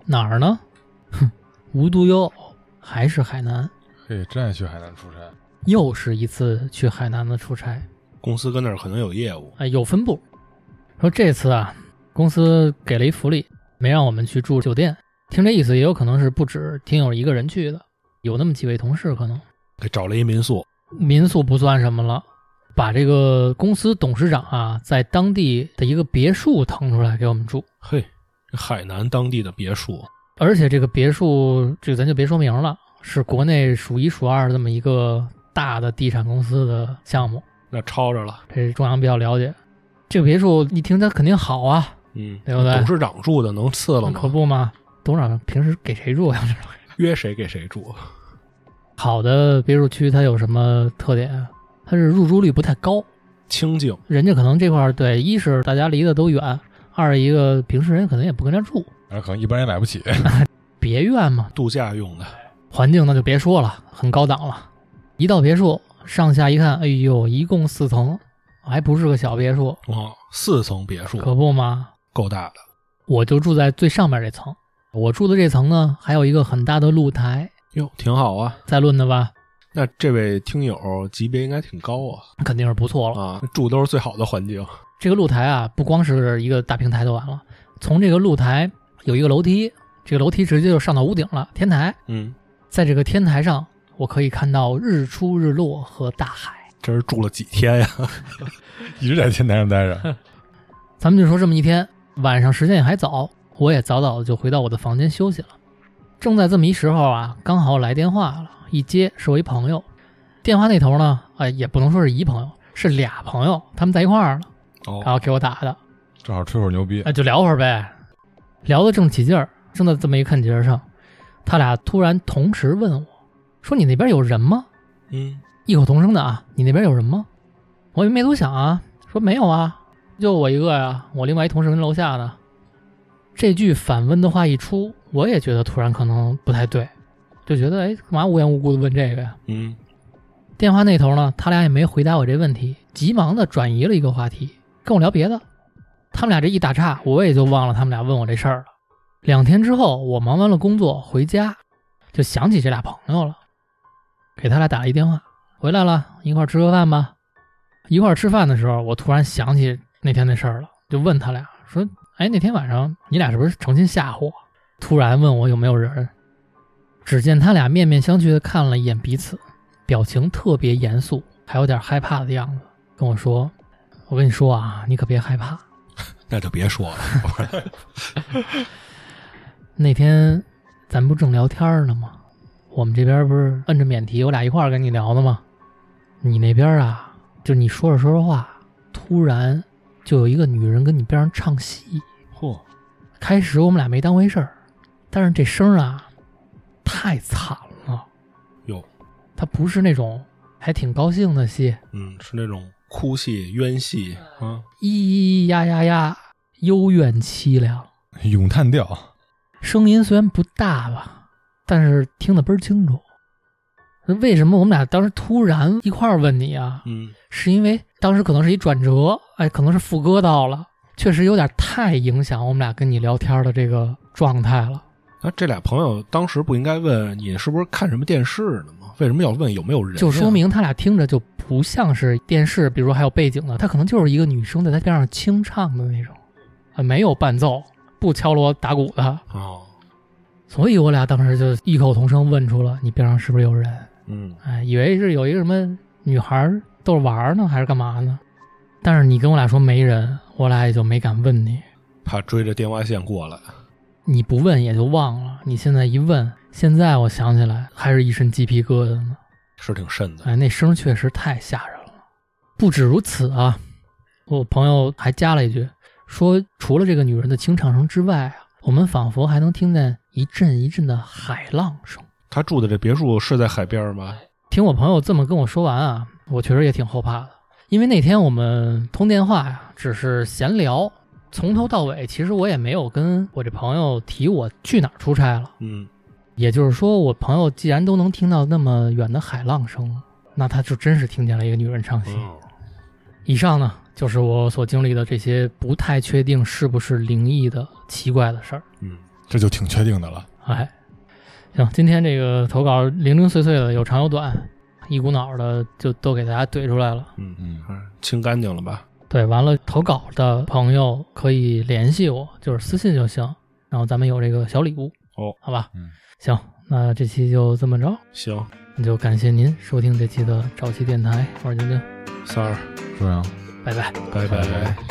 哪儿呢？哼，无独有偶，还是海南，嘿，真爱去海南出差。又是一次去海南的出差，公司跟那儿可能有业务，哎，有分部。说这次啊，公司给了一福利，没让我们去住酒店。听这意思，也有可能是不止听友一个人去的，有那么几位同事可能。给找了一民宿。民宿不算什么了，把这个公司董事长啊，在当地的一个别墅腾出来给我们住。嘿，这海南当地的别墅，而且这个别墅，这个咱就别说名了，是国内数一数二的这么一个大的地产公司的项目，那抄着了。这中央比较了解。这个别墅一听它肯定好啊，嗯，对不对董事长住的能次了吗？可不嘛。董事长平时给谁住呀？约谁给谁住。好的别墅区它有什么特点啊？它是入住率不太高，清静，人家可能这块儿对，一是大家离得都远，二一个平时人可能也不跟这住，然后可能一般人也买不起，别院嘛，度假用的。环境那就别说了，很高档了。一到别墅，上下一看，哎呦，一共四层，还不是个小别墅，哦，四层别墅可不嘛！够大的。我就住在最上面这层。我住的这层呢，还有一个很大的露台，哟，挺好啊。再论的吧，那这位听友级别应该挺高啊肯定是不错了。啊，住都是最好的环境。这个露台啊，不光是一个大平台就完了，从这个露台有一个楼梯，这个楼梯直接就上到屋顶了，天台。嗯，在这个天台上，我可以看到日出、日落和大海。这是住了几天呀？ 一直在天台上待着。咱们就说这么一天，晚上时间也还早，我也早早的就回到我的房间休息了。正在这么一时候啊，刚好来电话了，一接是我一朋友，电话那头呢，哎，也不能说是一朋友，是俩朋友，他们在一块儿呢，然 哦，后给我打的，正好吹会儿牛逼，哎，就聊会儿呗，聊得正起劲儿，正在这么一看节儿上，他俩突然同时问我，说你那边有人吗？嗯，异口同声的啊，你那边有人吗？我也没多想啊，说没有啊，就我一个呀、我另外一同事跟楼下呢。这句反问的话一出，我也觉得突然可能不太对，就觉得哎，干嘛无缘无故的问这个呀？嗯，电话那头呢，他俩也没回答我这问题，急忙的转移了一个话题，跟我聊别的。他们俩这一打岔，我也就忘了他们俩问我这事儿了。两天之后，我忙完了工作回家，就想起这俩朋友了，给他俩打了一电话，回来了，一块儿吃个饭吧。一块儿吃饭的时候，我突然想起那天那事儿了，就问他俩说：“哎，那天晚上你俩是不是诚心吓唬我？突然问我有没有人？”只见他俩面面相觑的看了一眼彼此，表情特别严肃，还有点害怕的样子，跟我说：“我跟你说啊，你可别害怕，那就别说了。那天咱不正聊天呢吗？我们这边不是摁着免提，我俩一块儿跟你聊的吗？你那边啊，就你说着说着话，突然就有一个女人跟你边上唱戏。嚯，开始我们俩没当回事儿，但是这声儿啊，太惨了。哟，它不是那种还挺高兴的戏，嗯，是那种哭戏、冤戏啊，咿咿呀呀呀，幽怨凄凉。咏叹调。声音虽然不大吧，但是听得倍儿清楚。为什么我们俩当时突然一块儿问你啊？嗯，是因为当时可能是一转折，哎，可能是副歌到了，确实有点太影响我们俩跟你聊天的这个状态了。那这俩朋友当时不应该问你是不是看什么电视呢吗？为什么要问有没有人啊呀？就说明他俩听着就不像是电视，比如还有背景的，他可能就是一个女生在他边上清唱的那种，啊，没有伴奏，不敲锣打鼓的。哦，所以我俩当时就异口同声问出了：“你边上是不是有人嗯？”，哎，以为是有一个什么女孩逗着玩儿呢，还是干嘛呢？但是你跟我俩说没人，我俩也就没敢问你。怕追着电话线过来。你不问也就忘了，你现在一问，现在我想起来还是一身鸡皮疙瘩呢。是挺瘆的，哎，那声儿确实太吓人了。不止如此啊，我朋友还加了一句，说除了这个女人的清唱声之外啊，我们仿佛还能听见一阵一阵的海浪声。他住的这别墅是在海边吗？听我朋友这么跟我说完啊，我确实也挺后怕的，因为那天我们通电话呀，只是闲聊，从头到尾其实我也没有跟我这朋友提我去哪儿出差了。嗯，也就是说，我朋友既然都能听到那么远的海浪声，那他就真是听见了一个女人唱戏。嗯以上呢，就是我所经历的这些不太确定是不是灵异的奇怪的事儿。嗯，这就挺确定的了。哎，行，今天这个投稿零零碎碎的，有长有短，一股脑儿的就都给大家怼出来了。嗯，嗯，嗯清干净了吧？对，完了投稿的朋友可以联系我，就是私信就行。然后咱们有这个小礼物哦，好吧？嗯，行，那这期就这么着，行，那就感谢您收听这期的早期电台，我是晶晶，嗯三儿，这样。拜拜。拜拜拜